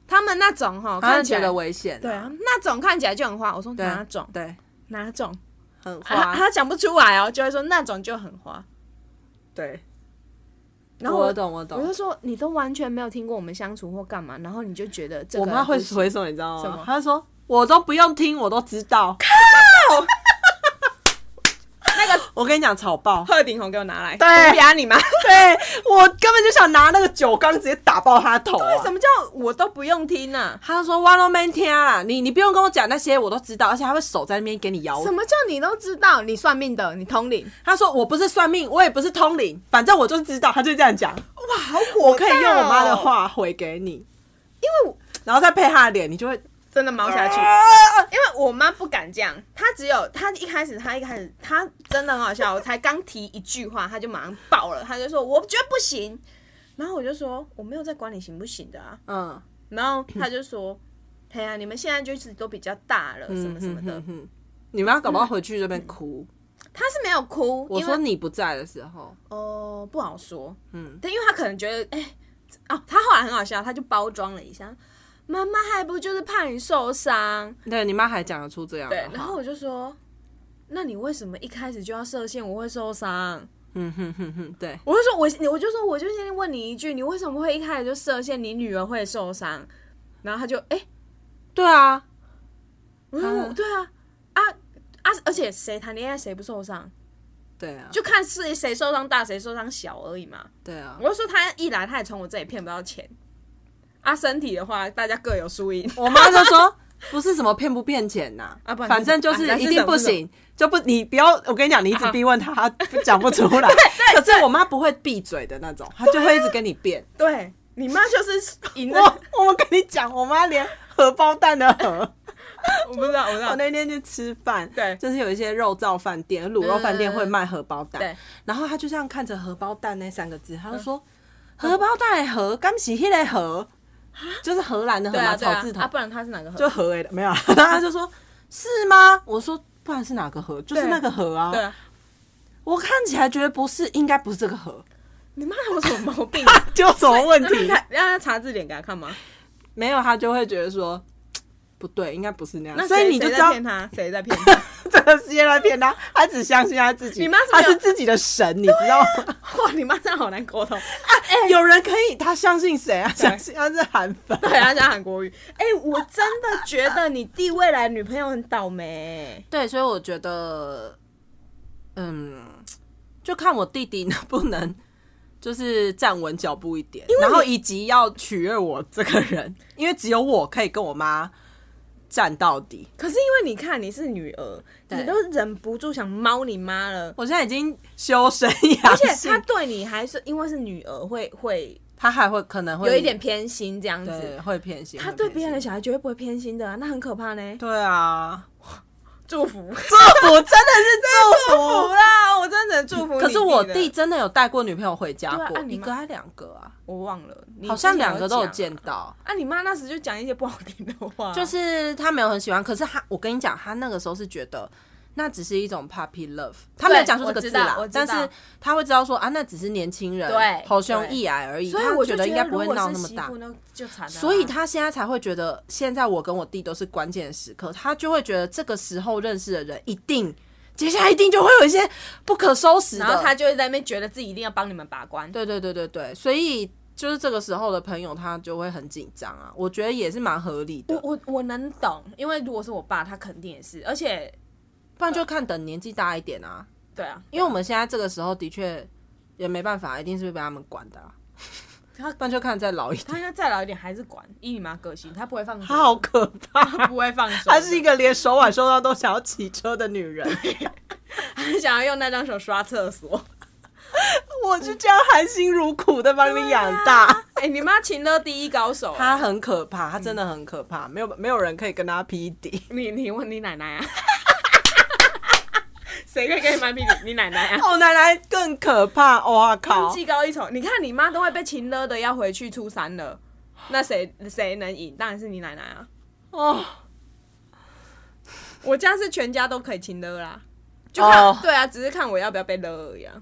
S2: 他们那种哈，
S1: 好像
S2: 看起
S1: 觉
S2: 来
S1: 得危险啊。啊
S2: 对啊，那种看起来就很花。我说哪种
S1: 对，
S2: 哪种，
S1: 很
S2: 啊、
S1: 花。
S2: 他讲不出来哦，就会说那种就很花。
S1: 对，
S2: 然后
S1: 我懂我
S2: 我
S1: 懂
S2: 就。说你都完全没有听过我们相处或干嘛，然后你就觉得这个
S1: 我妈会
S2: 不行
S1: 回什么你知道
S2: 什么
S1: 吗？她说我都不用听，我都知道。
S2: 那个。
S1: 我跟你讲，吵爆
S2: 鹤顶红给我拿来，
S1: 对
S2: 我压你妈！
S1: 对我根本就想拿那个酒缸直接打爆她头啊！
S2: 什么叫我都不用听啊？
S1: 他说 “One o Man 天啊，你你不用跟我讲那些，我都知道，而且他会手在那边给你摇。
S2: 什么叫你都知道？你算命的，你通灵，
S1: 他说我不是算命，我也不是通灵，反正我就是知道。他就这样讲，
S2: 哇，好哦
S1: 我可以用我妈的，话回给你，
S2: 因为我
S1: 然后再配他的脸，你就会
S2: 真的毛下去。
S1: 啊
S2: 因为我妈不敢这样，她只有她一开始，她一开始，她真的很好笑。我才刚提一句话，她就马上爆了，她就说我觉得不行。然后我就说我没有在管你行不行的啊。
S1: 嗯，
S2: 然后她就说， 哎呀，你们现在就是都比较大了，什么什么的。
S1: 嗯嗯你妈搞不好回去这边哭。
S2: 她是没有哭，
S1: 我
S2: 因
S1: 说
S2: 为
S1: 你不在的时候，
S2: 哦不好说，
S1: 嗯，
S2: 但因为她可能觉得，哎、哦，她后来很好笑，她就包装了一下，妈妈还不就是怕你受伤。
S1: 对你妈还讲得出这样
S2: 对
S1: 的，
S2: 然后
S1: 话，
S2: 我就说，那你为什么一开始就要设限？我会受伤。
S1: 嗯哼哼哼，对，
S2: 我就说，我你我就说，我就先问你一句，你为什么会一开始就设限？你女儿会受伤？然后他就，哎、
S1: 对啊，
S2: 我说
S1: 嗯
S2: 对啊，啊啊，而且谁谈恋爱谁不受伤，
S1: 对啊，
S2: 就看是谁受伤大，谁受伤小而已嘛。
S1: 对啊，
S2: 我就说他一来，他也从我这里骗不到钱。啊，身体的话，大家各有输赢。
S1: 我妈就说不是什么骗不骗钱呐、
S2: 啊不然
S1: 反正就
S2: 啊那
S1: 是
S2: 是啊
S1: 一定不行，就不你不要，我跟你讲，你一直逼问她，她不讲不出 来。可是我妈不会闭嘴的那种，她就会一直跟你辩。
S2: 对你妈就是赢的，
S1: 我我跟你讲，我妈连荷包蛋的荷，
S2: 我不知道，我不知
S1: 我
S2: 道。
S1: 那天去吃饭，
S2: 啊对
S1: 就是有一些肉燥饭店、卤肉饭店会卖荷包蛋，
S2: 嗯嗯嗯对嗯
S1: 然后她就这样看着荷包蛋那三个字，她就说、荷包蛋的荷，干洗迄个荷，就是荷兰的荷嘛，
S2: 啊对啊，对
S1: 草
S2: 啊
S1: 字，头
S2: 啊，。不然他是哪个 河？
S1: 就合诶的没有啊，然后他就说是吗？我说不然是哪个合？就是那个合啊。
S2: 对啊，
S1: 我看起来觉得不是，应该不是这个合，
S2: 你妈有什么毛 病、啊？
S1: 啊就有什么问
S2: 让
S1: 题？
S2: 他让他查字典给他看吗？
S1: 没有，他就会觉得说嘖不对，应该不是那样，
S2: 那
S1: 所以
S2: 谁
S1: 你就
S2: 谁
S1: 知
S2: 在
S1: 道
S2: 骗他，谁在骗 他？
S1: 这个世界在骗他，他只相信他自己，
S2: 你妈是没
S1: 他
S2: 有
S1: 是自己的神，你知道吗？
S2: 哇，你妈真的好难沟通。
S1: 有人可以他相信谁哎啊？相信他是韩粉，
S2: 对，他讲韩国语。哎、我真的觉得你弟未来女朋友很倒霉、
S5: 对，所以我觉
S1: 得，嗯，就看我弟弟能不能就是站稳脚步一点，然后以及要取悦我这个人，因为只有我可以跟我妈站到底。
S2: 可是因为你看你是女儿，
S5: 对
S2: 你都忍不住想猫你妈了。
S1: 我现在已经修身养
S2: 而且
S1: 性
S2: 他，对你还是因为是女儿，会会
S1: 他还会可能会
S2: 有一点偏心这样子
S1: 对。会偏心，
S2: 他
S1: 会
S2: 对
S1: 偏
S2: 别人的
S1: 心
S2: 小孩绝对不会偏心的、啊，那很可怕呢。
S1: 对啊，
S2: 祝福，
S1: 祝福真的是 祝
S2: 祝福
S1: 福。
S2: 啦！我真的祝福你的。
S1: 可是我弟真的有带过女朋友回家
S2: 对啊
S1: 过，
S2: 啊你
S1: 一
S2: 妈
S1: 个还两个啊，
S2: 我忘了，你
S1: 好像
S2: 之前
S1: 两个都有
S2: 讲
S1: 见到。
S2: 啊，你妈那时就讲一些不好听的话，
S1: 就是他没有很喜欢，可是他，我跟你讲，他那个时候是觉得那只是一种 puppy love，他没有讲出这个字啦
S2: 我，知道
S1: 但
S2: 我知道
S1: 是他会知道说啊，那只是年轻人
S2: 对
S1: 头胸异矮啊而已，
S2: 所以
S1: 他
S2: 我
S1: 觉
S2: 就
S1: 得
S2: 得
S1: 应该不会闹那么大
S2: 如果是媳妇。那就惨了啊。
S1: 所以他现在才会觉得，现在我跟我弟都是关键时刻，他就会觉得这个时候认识的人一定，接下来一定就会有一些不可收拾的。
S2: 然后他就会在那边觉得自己一定要帮你们把关。
S1: 对对对对对，所以就是这个时候的朋友，他就会很紧张啊，我觉得也是蛮合理的
S2: 我。我我能懂，因为如果是我爸，他肯定也是，而且
S1: 不然就看等年纪大一点啊，
S2: 对啊，
S1: 因为我们现在这个时候的确也没办法，一定是被他们管的、啊。 不然就看再老一点，
S2: 他应该再老一点还是管，以你妈个性，他不会放手，
S1: 她好可怕，
S2: 不会放手，
S1: 她是一个连手腕受伤都想要骑车的女 人。
S2: 很 想要用那张手刷厕所。
S1: 我就这样含辛茹苦的把你们养大，
S2: 哎、你妈情乐第一高手、欸
S1: 她很可怕，她真的很可怕，没有没有人可以跟她匹敌。
S2: 你你问你奶奶啊？ 谁可以跟你妈比？你奶奶 啊？
S1: 哦，奶奶更可怕，哇、靠！
S2: 技高一筹，你看你妈都会被情勒的要回去初三了，那谁谁能赢？当然是你奶奶啊！
S1: 哦，
S2: 我家是全家都可以情勒啦，就看、
S1: 哦
S2: 对啊，只是看我要不要被勒而已啊。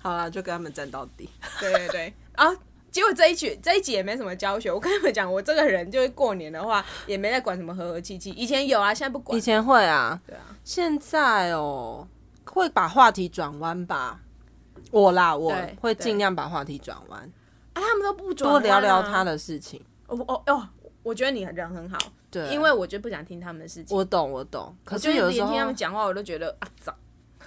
S1: 好啦，就跟他们战到底。
S2: 对对对，啊，结果这一局这一集也没什么教学。我跟你们讲，我这个人就是过年的话也没在管什么和和气气，以前有啊，现在不管
S1: 以。前会啊，
S2: 对啊，
S1: 现在哦会把话题转弯吧。我啦，我
S2: 对
S1: 会
S2: 对
S1: 尽量把话题转弯，
S2: 啊，他们都不转
S1: 多
S2: 弯啊
S1: 聊聊他。的事情。
S2: 哦哦哦，我觉得你人很好，
S1: 对，
S2: 因为我就不想听他们的事情。
S1: 我懂，我懂。可
S2: 啊就是
S1: 有
S2: 是
S1: 时
S2: 连
S1: 候，
S2: 听他
S1: 嗯
S2: 们讲话，我都觉得啊，早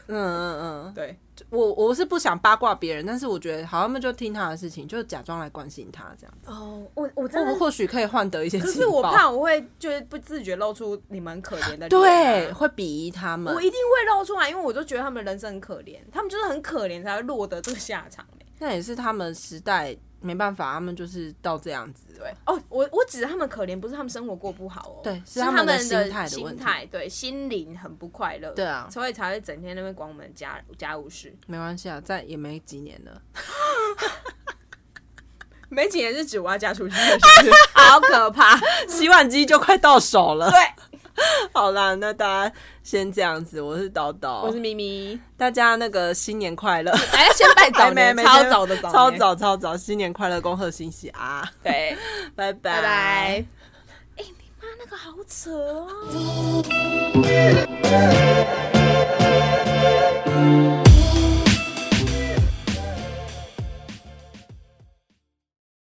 S1: 嗯嗯，
S2: 对，
S1: 我我是不想八卦别人，但是我觉得好，他们就听他的事情，就假装来关心他这样。
S2: 哦，我我
S1: 或
S2: 真
S1: 不
S2: 的，
S1: 或许可以换得一些情
S2: 可
S1: 报。
S2: 是我怕我会就是不自觉露出你们可怜的脸啊、
S1: 对，会鄙夷他们
S2: 我。一定会露出来，因为我就觉得他们人生很可怜，他们就是很可怜才会落得这个下场、欸
S1: 那也是他们时代没办法，他们就是到这样子。对，
S2: 哦，我我指的他们可怜，不是他们生活过不好哦，
S1: 对是
S2: 是
S1: 他们
S2: 们
S1: 的
S2: 心
S1: 心态的问题
S2: 态对，心灵很不快乐，
S1: 对啊
S2: 所以才会整天在那边管我们家家务事。
S1: 没关系啊，再也没几年了。
S2: 没几年是指我要嫁出 去的事，好可 怕。
S1: 洗碗机就快到手了。
S2: 对，
S1: 好啦，那大家先这样子。我是叨叨，
S2: 我是咪咪，
S1: 大家那个新年快乐，
S2: 哦 哎，先拜 早 年，
S1: 没没
S2: 超
S1: 先
S2: 早的早，
S1: 超，早超早，新年快乐，恭贺新喜啊！
S2: 对，
S1: 拜拜
S2: 拜拜。哎，你妈那个好扯哦。
S6: Thank